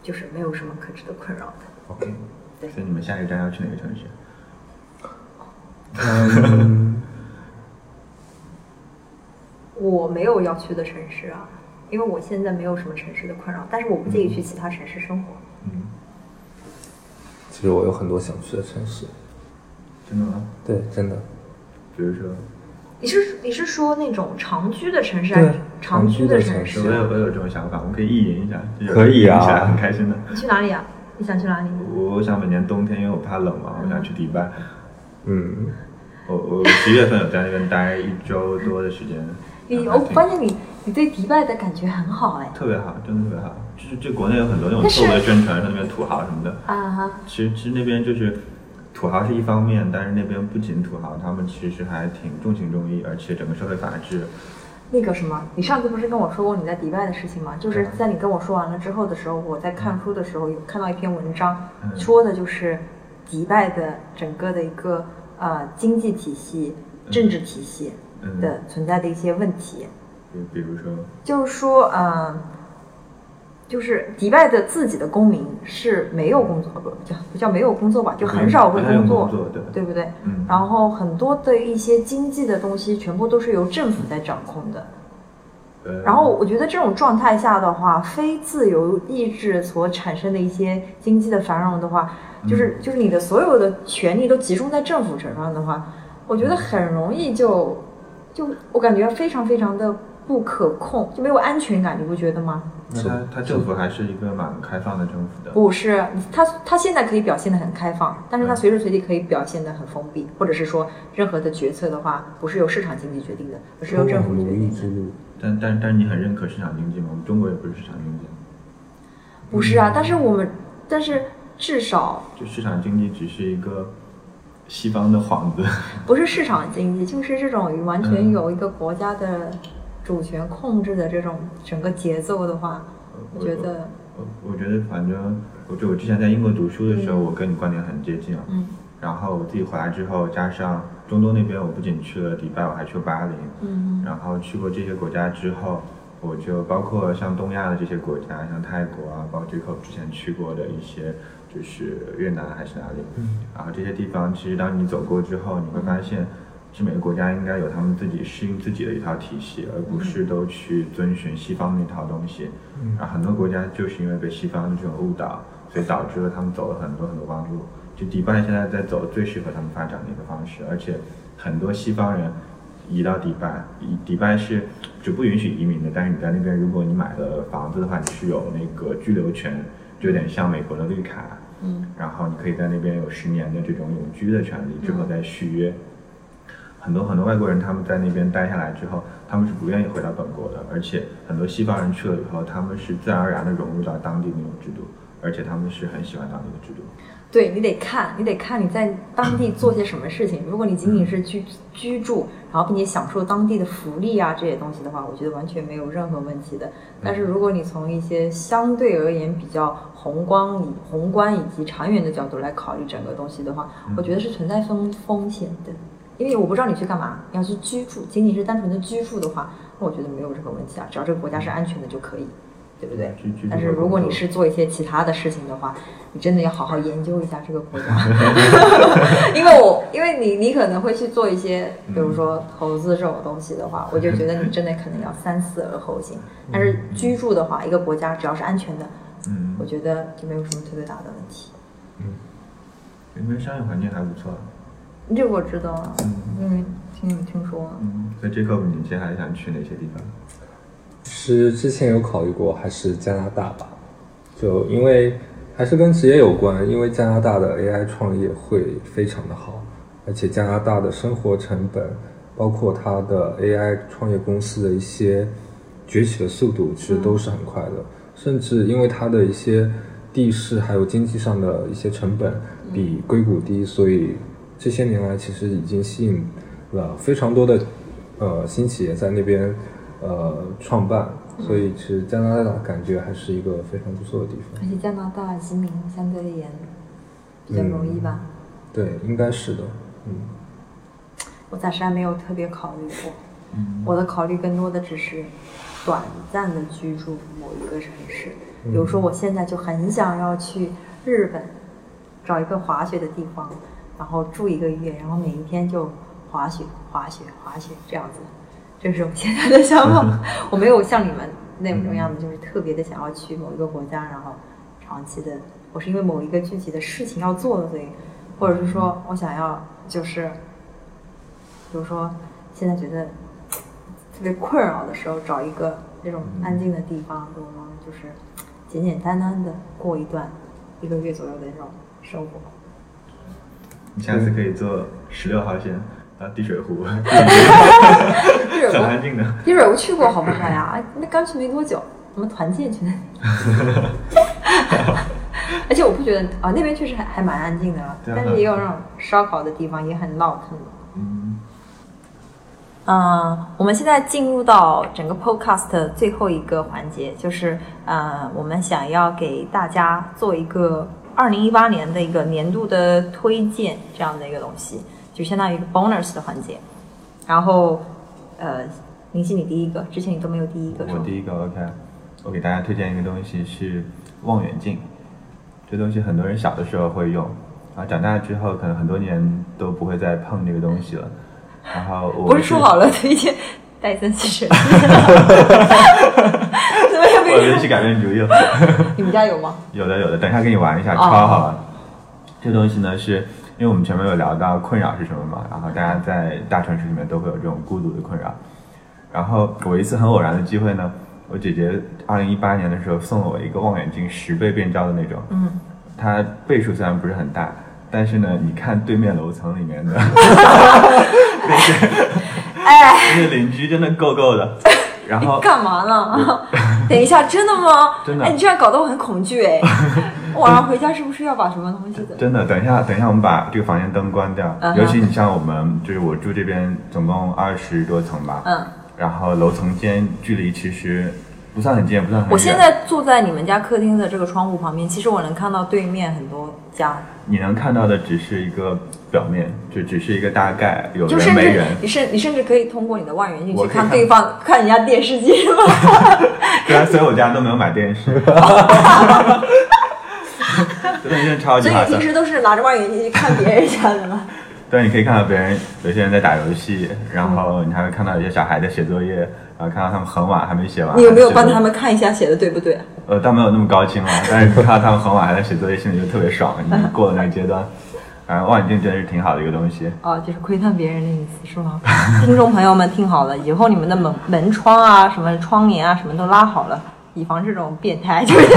就是没有什么可值得困扰的。
OK，
对
所以你们下一站要去哪个城市？
嗯，
我没有要去的城市啊，因为我现在没有什么城市的困扰，但是我不介意去其他城市生活。
嗯，
其实我有很多想去的城市，
真的吗？
对，真的，
比如说，
你是你是说那种常居的城市还是
对
长居城
是
市
我有我有这种想法，我们可以意淫一下，就有
可以
意
啊
淫一下很开心的。
你去哪里啊？你想去哪里？
我我想每年冬天，因为我怕冷嘛，我想去迪拜。
嗯，
我我十月份有在那边待一周多的时间，
你哦
然
我
后还
发
挺
现你你对迪拜的感觉很好哎
特别好，真的特别好。就是这国内有很多那种
但是
错误的宣传，说那边土豪什么的，
啊哈
其实其实那边就是土豪是一方面，但是那边不仅土豪，他们其实还挺重情重义，而且整个社会法治，
那个什么，你上次不是跟我说过你在迪拜的事情吗？就是在你跟我说完了之后的时候，我在看书的时候有看到一篇文章，
嗯
说的就是迪拜的整个的一个呃经济体系、政治体系
嗯
的存在的一些问题。
就比如说，
就是说，嗯、就是迪拜的自己的公民是没有工作，呃不不叫不叫没有工作吧，就很少会
还有
工
工
作，
作对，
对不对？
嗯，
然后很多的一些经济的东西，全部都是由政府在掌控的。
呃
然后我觉得这种状态下的话，非自由意志所产生的一些经济的繁荣的话，就是就是你的所有的权利都集中在政府手上的话，我觉得很容易就就我感觉非常非常的不可控，就没有安全感，你不觉得吗？
那
是
他他政府还是一个蛮开放的政府的，
不是，他他现在可以表现的很开放，但是他随时随地可以表现的很封闭，或者是说任何的决策的话，不是由市场经济决定的，而是由政府决
奴役
定
之
的。
路，
但但但是你很认可市场经济吗？我们中国也不是市场经济，
不是啊，但是我们，但是至少
就市场经济只是一个西方的幌子，
不是市场经济，就是这种完全
嗯
有一个国家的主权控制的这种整个节奏的话，我觉得，
我我觉得反正我就我之前在英国读书的时候，我跟你观点很接近啊。
嗯
然后我自己回来之后，加上中东那边，我不仅去了迪拜，我还去了巴黎。
嗯
然后去过这些国家之后，我就包括像东亚的这些国家，像泰国啊，包括这个我之前去过的一些，就是越南还是哪里。
嗯
然后这些地方，其实当你走过之后，你会发现，是每个国家应该有他们自己适应自己的一套体系，而不是都去遵循西方那套东西。然后很多国家就是因为被西方的这种误导，所以导致了他们走了很多很多弯路。就迪拜现在在走最适合他们发展的一个方式，而且很多西方人移到迪拜，以迪拜是是不允许移民的，但是你在那边如果你买了房子的话，你是有那个居留权，就有点像美国的绿卡。
嗯
然后你可以在那边有十年的这种永居的权利，之
嗯
后再续约。很多很多外国人他们在那边待下来之后，他们是不愿意回到本国的，而且很多西方人去了以后，他们是自然而然的融入到当地那种制度，而且他们是很喜欢当地的制度。
对你得看，你得看你在当地做些什么事情。如果你仅仅是居居住，然后并且享受当地的福利啊这些东西的话，我觉得完全没有任何问题的。但是如果你从一些相对而言比较宏观以宏观以及长远的角度来考虑整个东西的话，我觉得是存在风风险的。因为我不知道你去干嘛，你要是居住，仅仅是单纯的居住的话，那我觉得没有任何问题啊，只要这个国家是安全的就可以，对不对？
居居住
但是
和
如果
工
你
作
是做一些其他的事情的话，你真的要好好研究一下这个国 家，因为我因为你你可能会去做一些，比如说
嗯
投资这种东西的话，我就觉得你真的可能要三思而后行。但是居住的话，一个国家只要是安全的，
嗯
我，觉得就没有什么特别大的问题。
那边商业环境还不错。
这个我知道啊，
嗯
因为听你听说啊，
嗯，所以 Jacob，你接下来想去哪些地方？
是之前有考虑过，还是加拿大吧？就因为还是跟职业有关，因为加拿大的 AI 创业会非常的好，而且加拿大的生活成本，包括它的 AI 创业公司的一些崛起的速度，其实都是很快的。甚至因为它的一些地势还有经济上的一些成本比硅谷低，所以这些年来其实已经吸引了非常多的呃新企业在那边呃创办，所以其实加拿大感觉还是一个非常不错的地方。
而且加拿大移民相对而言比较容易吧，
对，应该是的。嗯，
我暂时还没有特别考虑过。
嗯，
我的考虑更多的只是短暂的居住某一个城市，比如说我现在就很想要去日本，找一个滑雪的地方，然后住一个月，然后每一天就滑雪、滑雪、滑雪这样子，这是我现在的想法。 我没有像你们那种样子，就是特别的想要去某一个国家，然后长期的。我是因为某一个具体的事情要做的，所以，或者是说我想要就是，比如说现在觉得特别困扰的时候，找一 个那种安静的地方，跟我妈妈就是简简单单的过一段一个月左右的那种生活。
你下次可以坐十六号线到滴水湖，
滴水
很
湖，
安静的。
滴水湖去过好不好呀？哎那刚去没多久，我们团 建去的。 而且我不觉得啊，那边确实还还蛮安静的了，
对啊
但是也有那种烧烤的地方，也很闹腾的。
嗯，
嗯，我们现在进入到整个 podcast 的最后一个环节，就是呃，我们想要给大家做一个二零一八年的一个年度的推荐这样的一个东西，就相当于一个 bonus 的环节。然后，呃，林夕，你第一个，之前你都没有第一个。
我第一个 OK，我给大家推荐一个东西是望远镜，这东西很多人小的时候会用，然后长大之后可能很多年都不会再碰这个东西了。然后我
不是说好
了，
了推荐戴森吸尘器？ 怎么又
我
被
临时改变主意了。
你们家有吗？
有的有的，等一下跟你玩一下，
哦
超好玩。这个东西呢，是因为我们前面有聊到困扰是什么嘛，然后大家在大城市里面都会有这种孤独的困扰。然后我一次很偶然的机会呢，我姐姐二零一八年的时候送了我一个望远镜，十倍变焦的那种。
嗯，
它倍数虽然不是很大，但是呢，你看对面楼层 里面的
哎，
那些邻居真的够够的。然后
你干嘛呢？等一下，真的吗？
真的
哎，你这样搞得我很恐惧 哎。我晚上回家是不是要把什么东西的？
真的，等一下，等一下，我们把这个房间灯关掉。
嗯哼
尤其你像我们，就是我住这边，总共二十多层吧，
嗯，
然后楼层间距离其实不算很近，也不算很远。
我现在坐在你们家客厅的这个窗户旁边，其实我能看到对面很多家，
你能看到的只是一个表面，就只是一个大概，有
就
人
甚
没
至
人。
你甚你甚至可以通过你的望远镜
我
去
可以看
看对 方看人家电视机是吧？
对啊，所以我家都没有买 电视。真的真的超级
所以
划
你
算
平。时都是拿着望远镜去看别人家的 吗？
对，你可以看到别人，有些人在打游戏，然后你还会看到有些小孩在写作业，然后看到他们很晚还没写完。
你有没有
还在写
帮
作业
他们看一下写的对不对？
呃，倒没有那么高清了，但是看到他们很晚还在写作业，心里就特别爽，已经过了那个阶段。反正望远镜真的是挺好的一个东西。
哦，就是窥探别人的意思是吗？ 听众朋友们听好了，以后你们的门门窗啊、什么窗帘啊、什么都拉好了，以防这种变态。 就是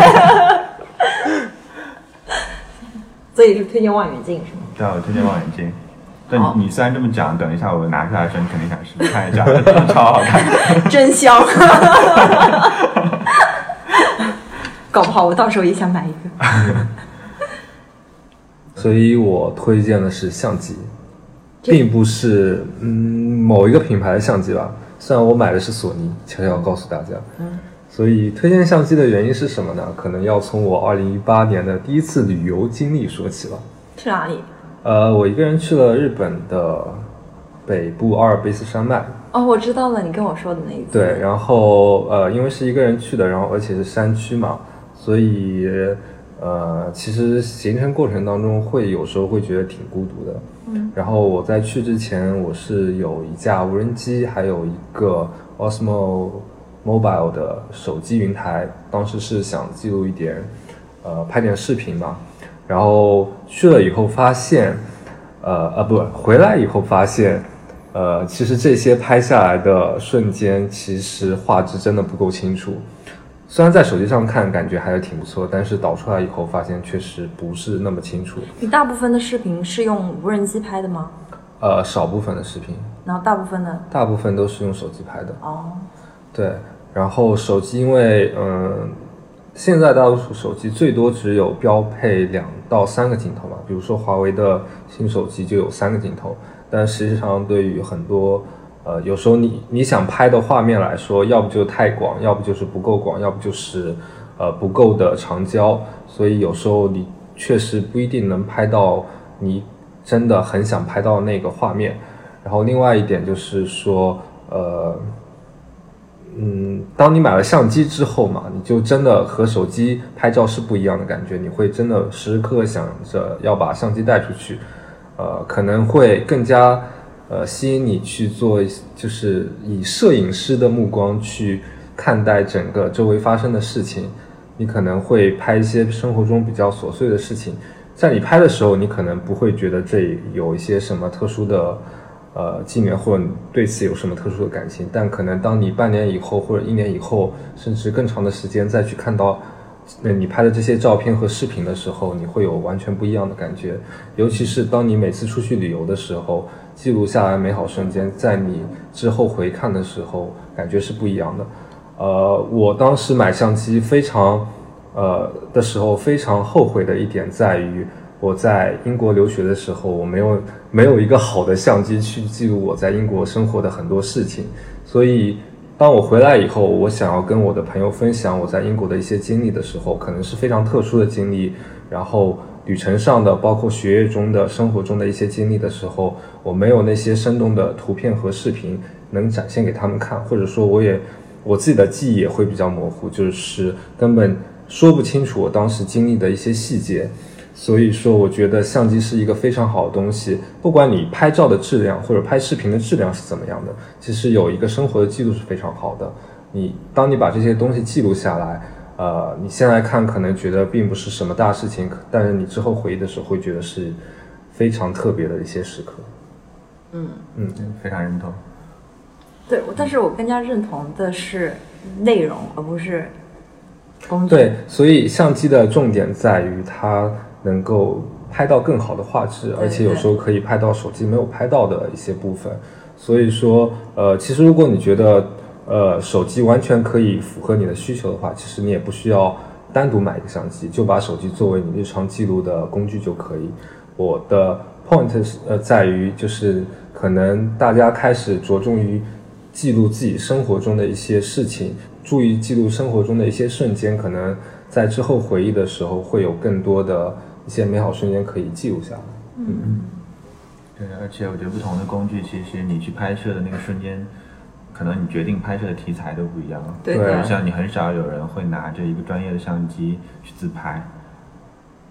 所以是推荐望远镜是吗？
对啊，我推荐望远镜。但
好
你虽然这么讲，等一下我拿出来的时候，你肯定想试试看一下，真的超好看。
真香！ 搞不好我到时候也想买一个。
所以我推荐的是相机，并不是嗯某一个品牌的相机吧。虽然我买的是索尼，悄悄告诉大家。嗯。所以推荐相机的原因是什么呢？可能要从我二零一八年的第一次旅游经历说起了。
去哪里？
呃，我一个人去了日本的北部阿尔卑斯山脉，
哦，我知道了，你跟我说的那一次。
对，然后呃，因为是一个人去的，然后而且是山区嘛，所以呃，其实行程过程当中会有时候会觉得挺孤独的。嗯。然后我在去之前，我是有一架无人机，还有一个 Osmo Mobile 的手机云台，当时是想记录一点，呃，拍点视频嘛。然后去了以后发现，呃啊不，回来以后发现，呃，其实这些拍下来的瞬间，其实画质真的不够清楚。虽然在手机上看感觉还是挺不错，但是导出来以后发现确实不是那么清楚。
你大部分的视频是用无人机拍的吗？
呃，少部分的视频，
然后大部分的
大部分都是用手机拍的。
哦，
对，然后手机因为嗯，现在大多数手机最多只有标配两到三个镜头嘛，比如说华为的新手机就有三个镜头，但实际上对于很多呃，有时候你你想拍的画面来说，要不就太广，要不就是不够广，要不就是呃不够的长焦，所以有时候你确实不一定能拍到你真的很想拍到那个画面。然后另外一点就是说，呃，嗯，当你买了相机之后嘛，你就真的和手机拍照是不一样的感觉，你会真的时时刻刻想着要把相机带出去，呃，可能会更加呃吸引你去做，就是以摄影师的目光去看待整个周围发生的事情，你可能会拍一些生活中比较琐碎的事情，在你拍的时候，你可能不会觉得这有一些什么特殊的呃纪念，或者你对此有什么特殊的感情。但可能当你半年以后，或者一年以后，甚至更长的时间再去看到那你拍的这些照片和视频的时候，你会有完全不一样的感觉。尤其是当你每次出去旅游的时候，记录下来美好瞬间，在你之后回看的时候，感觉是不一样的。呃，我当时买相机非常呃的时候，非常后悔的一点在于，我在英国留学的时候，我没有没有一个好的相机去记录我在英国生活的很多事情，所以。当我回来以后，我想要跟我的朋友分享我在英国的一些经历的时候，可能是非常特殊的经历，然后旅程上的，包括学业中的、生活中的一些经历的时候，我没有那些生动的图片和视频能展现给他们看，或者说我也我自己的记忆也会比较模糊，就是根本说不清楚我当时经历的一些细节。所以说，我觉得相机是一个非常好的东西，不管你拍照的质量或者拍视频的质量是怎么样的，其实有一个生活的记录是非常好的。你当你把这些东西记录下来，呃，你现在看可能觉得并不是什么大事情，可但是你之后回忆的时候会觉得是非常特别的一些时刻。
嗯，
嗯，
非常认同。
对，我但是我更加认同的是内容，而不是工作。
对，所以相机的重点在于它能够拍到更好的画质，啊而且有时候可以拍到手机没有拍到的一些部分。所以说，呃，其实如果你觉得呃手机完全可以符合你的需求的话，其实你也不需要单独买一个相机，就把手机作为你日常记录的工具就可以。我的 point 是呃在于就是可能大家开始着重于记录自己生活中的一些事情，注意记录生活中的一些瞬间，可能在之后回忆的时候会有更多的一些美好瞬间可以记录下来。
对，而且我觉得不同的工具，其实你去拍摄的那个瞬间，可能你决定拍摄的题材都不一样。
对
对
的，
像你很少有人会拿着一个专业的相机去自拍，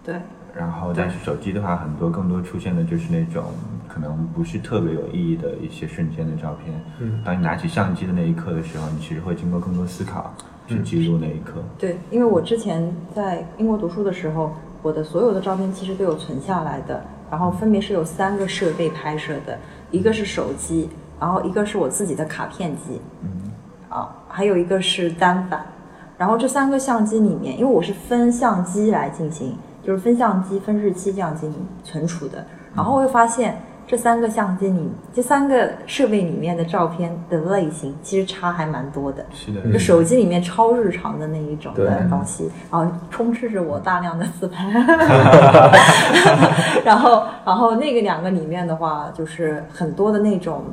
对，
然后但是手机的话，很多更多出现的就是那种可能不是特别有意义的一些瞬间的照片。
嗯，
当你拿起相机的那一刻的时候，你其实会经过更多思考
嗯
去记录那一刻。
对，因为我之前在英国读书的时候，我的所有的照片其实都有存下来的，然后分别是有三个设备拍摄的，一个是手机，然后一个是我自己的卡片机，
嗯，
啊，还有一个是单反。然后这三个相机里面，因为我是分相机来进行，就是分相机、分日期这样进行存储的。然后我会发现，这三个相机里，这三个设备里面的照片的类型其实差还蛮多的。
是的，
就手机里面超日常的那一种的
对
东西，然后充斥着我大量的自拍，然后然后那个两个里面的话，就是很多的那种，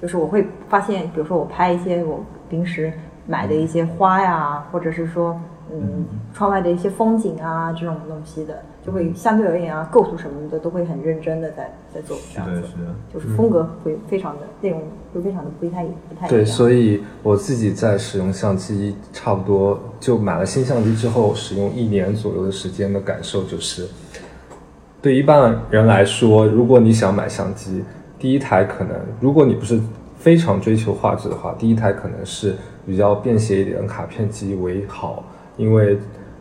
就是我会发现，比如说我拍一些我平时买的一些花呀，或者是说嗯窗外的一些风景啊这种东西的，就会相对而言啊构图什么的都会很认真的在在做
是
这样
的，
子，
是的。
就是风格会非常的内容会非常的不太不太一样。
对，所以我自己在使用相机，差不多就买了新相机之后，使用一年左右的时间的感受就是，对一般人来说，如果你想买相机，第一台可能，如果你不是非常追求画质的话，第一台可能是比较便携一点的卡片机为好，因为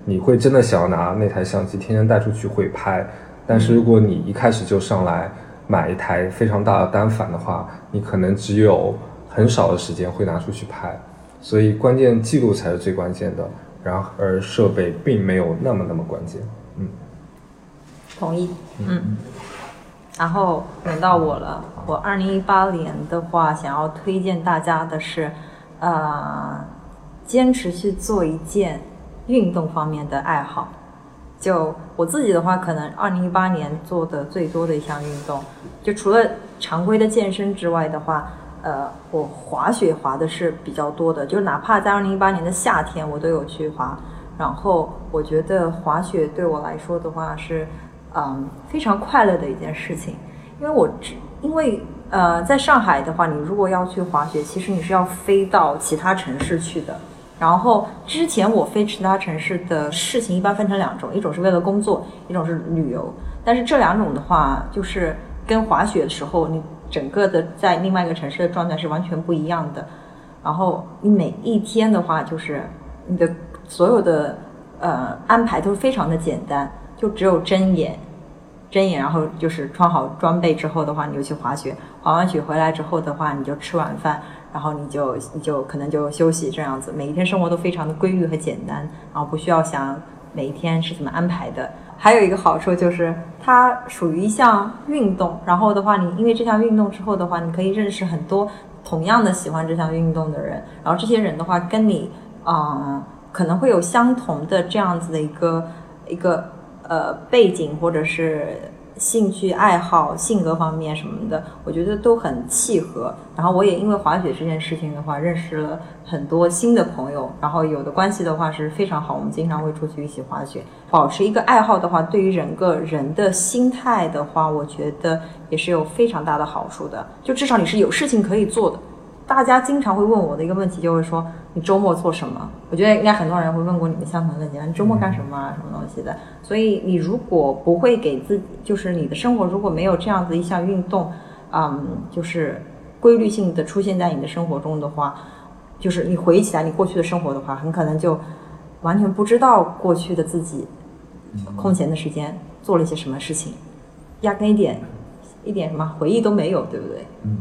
你会真的想要拿那台相机天天带出去会拍。但是如果你一开始就上来买一台非常大的单反的话，你可能只有很少的时间会拿出去拍，所以关键记录才是最关键的。然后而设备并没有那么那么关键。嗯
同意，嗯。然后轮到我了，我二零一八年的话，想要推荐大家的是，呃，坚持去做一件运动方面的爱好。就我自己的话，可能二零一八年做的最多的一项运动，就除了常规的健身之外的话，呃，我滑雪滑的是比较多的，就哪怕在二零一八年的夏天，我都有去滑。然后我觉得滑雪对我来说的话是，嗯，非常快乐的一件事情，因为我只因为呃，在上海的话，你如果要去滑雪，其实你是要飞到其他城市去的。然后之前我飞其他城市的事情一般分成两种，一种是为了工作，一种是旅游。但是这两种的话，就是跟滑雪的时候，你整个的在另外一个城市的状态是完全不一样的。然后你每一天的话，就是你的所有的呃安排都非常的简单，就只有睁眼，睁眼，然后就是穿好装备之后的话，你就去滑雪，滑完雪回来之后的话，你就吃晚饭，然后你就你就可能就休息这样子，每一天生活都非常的规律和简单，然后不需要想每一天是怎么安排的。还有一个好处就是它属于一项运动，然后的话，你因为这项运动之后的话，你可以认识很多同样的喜欢这项运动的人，然后这些人的话跟你，嗯、可能会呃有相同的这样子的一个一个呃背景或者是兴趣爱好、性格方面什么的，我觉得都很契合。然后我也因为滑雪这件事情的话，认识了很多新的朋友。然后有的关系的话是非常好，我们经常会出去一起滑雪。保持一个爱好的话，对于整个人的心态的话，我觉得也是有非常大的好处的。就至少你是有事情可以做的。大家经常会问我的一个问题，就会说你周末做什么？我觉得应该很多人会问过你们相同的问题，你周末干什么啊，什么东西的？所以你如果不会给自己，就是你的生活如果没有这样子一项运动，嗯，就是规律性的出现在你的生活中的话，就是你回忆起来你过去的生活的话，很可能就完全不知道过去的自己空闲的时间做了一些什么事情，压根一点一点什么回忆都没有，对不对？
嗯，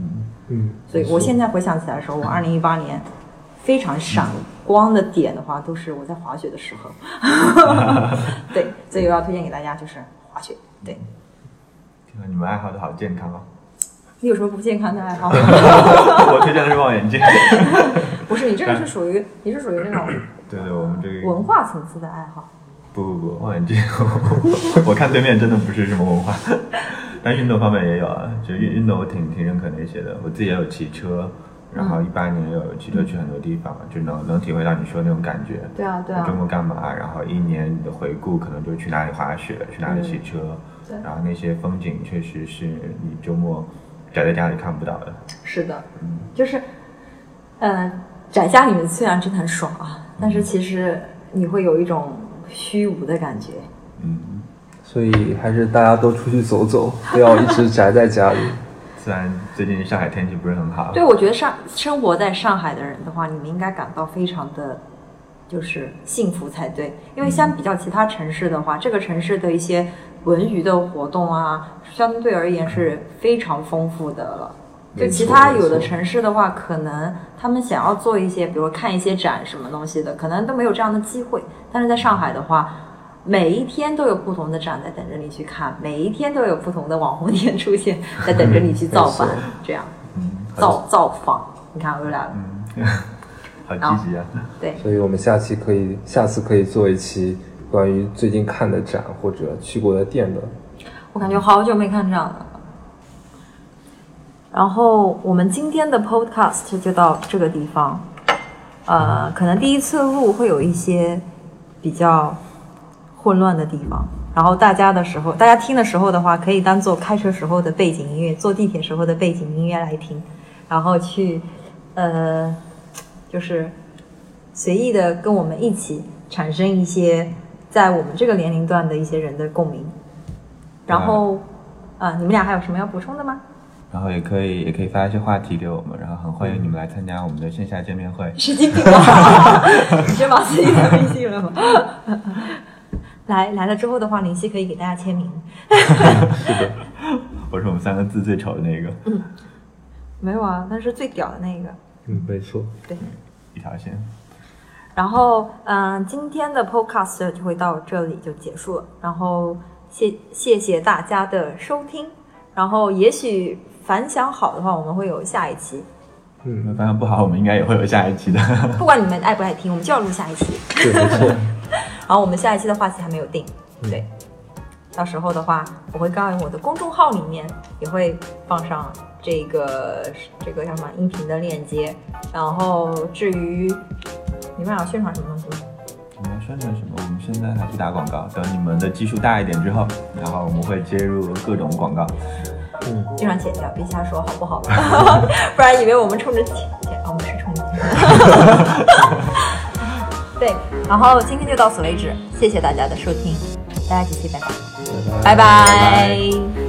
嗯，
所以我现在回想起来的时候，我二零一八年非常闪光的点的话，都是我在滑雪的时候。对，所以我要推荐给大家就是滑雪。对
听说你们爱好都好健康哦。
你有什么不健康的爱好吗？
我推荐的是望远镜。
不是，你这个是属于你是属于那种
对对，我们这个
文化层次的爱好。
不不不，望远镜， 我看对面真的不是什么文化， 但运动方面也有啊，就运运动我挺挺认可那些的，我自己也有骑车，然
嗯
后一八年也有骑车去很多地方，就能能体会到你说那种感觉，
对啊，对
周
啊，
末干嘛，然后一年的回顾可能就去哪里滑雪，去哪里骑车，
对
然后那些风景确实是你周末宅在家里看不到的，
是的
嗯，
就是，呃，展下你们虽然真的很爽啊，但是其实你会有一种虚无的感觉。
嗯，
所以还是大家都出去走走，不要一直宅在家里。
虽然最近上海天气不是很
啊
好，
对，我觉得上生活在上海的人的话，你们应该感到非常的，就是幸福才对。因为
嗯
相比较其他城市的话，这个城市的一些文娱的活动啊，相对而言是非常丰富的了。就
没
其
错
他
没
有的
错
城市的话，可能他们想要做一些，比如看一些展什么东西的，可能都没有这样的机会。但是在上海的话，每一天都有不同的展在等着你去看，每一天都有不同的网红店出现 在等着你去造
错
反，这样。
嗯，好，
造造访，你看我又来了。
嗯， 好积极啊，
对，
所以我们下期可以，下次可以做一期关于最近看的展或者去过的店的。
我感觉好久没看这样的了。然后我们今天的 podcast 就到这个地方，呃，可能第一次录会有一些比较混乱的地方。然后大家的时候，大家听的时候的话，可以当做开车时候的背景音乐，坐地铁时候的背景音乐来听，然后去，呃，就是随意的跟我们一起产生一些在我们这个年龄段的一些人的共鸣。然后，呃，你们俩还有什么要补充的吗？
然后也可以也可以发一些话题给我们，然后很欢迎你们来参加我们的线下见面会。
神经病吧！ 你真把自己当明星了吗？ 来来了之后的话，林夕可以给大家签名。
我是我们三个字最丑的那个，
没有啊，但是最屌的那个。
嗯，没错。
对。
一条线。
然后，嗯、今天的 podcast 就会到这里就结束了。然后谢谢谢大家的收听。然后，也许反响好的话，我们会有下一期。
你
嗯，
们发现不好，我们应该也会有下一期的。
不管你们爱不爱听，我们就要录下一期。
对，没错。
然后我们下一期的话题还没有定，对，到时候的话，我会告诉我的公众号里面也会放上这个这个叫什么音频的链接。然后至于你们俩要宣传什么东西吗？
你们要宣传什么？我们现在还不打广告，等你们的基数大一点之后，然后我们会接入各种广告。
嗯
经常剪掉，别瞎说好不 好？不然以为我们冲着钱钱，啊我们是冲着钱。 对，然后今天就到此为止，谢谢大家的收听，大家一起拜拜，
拜
拜拜。
拜
拜
拜拜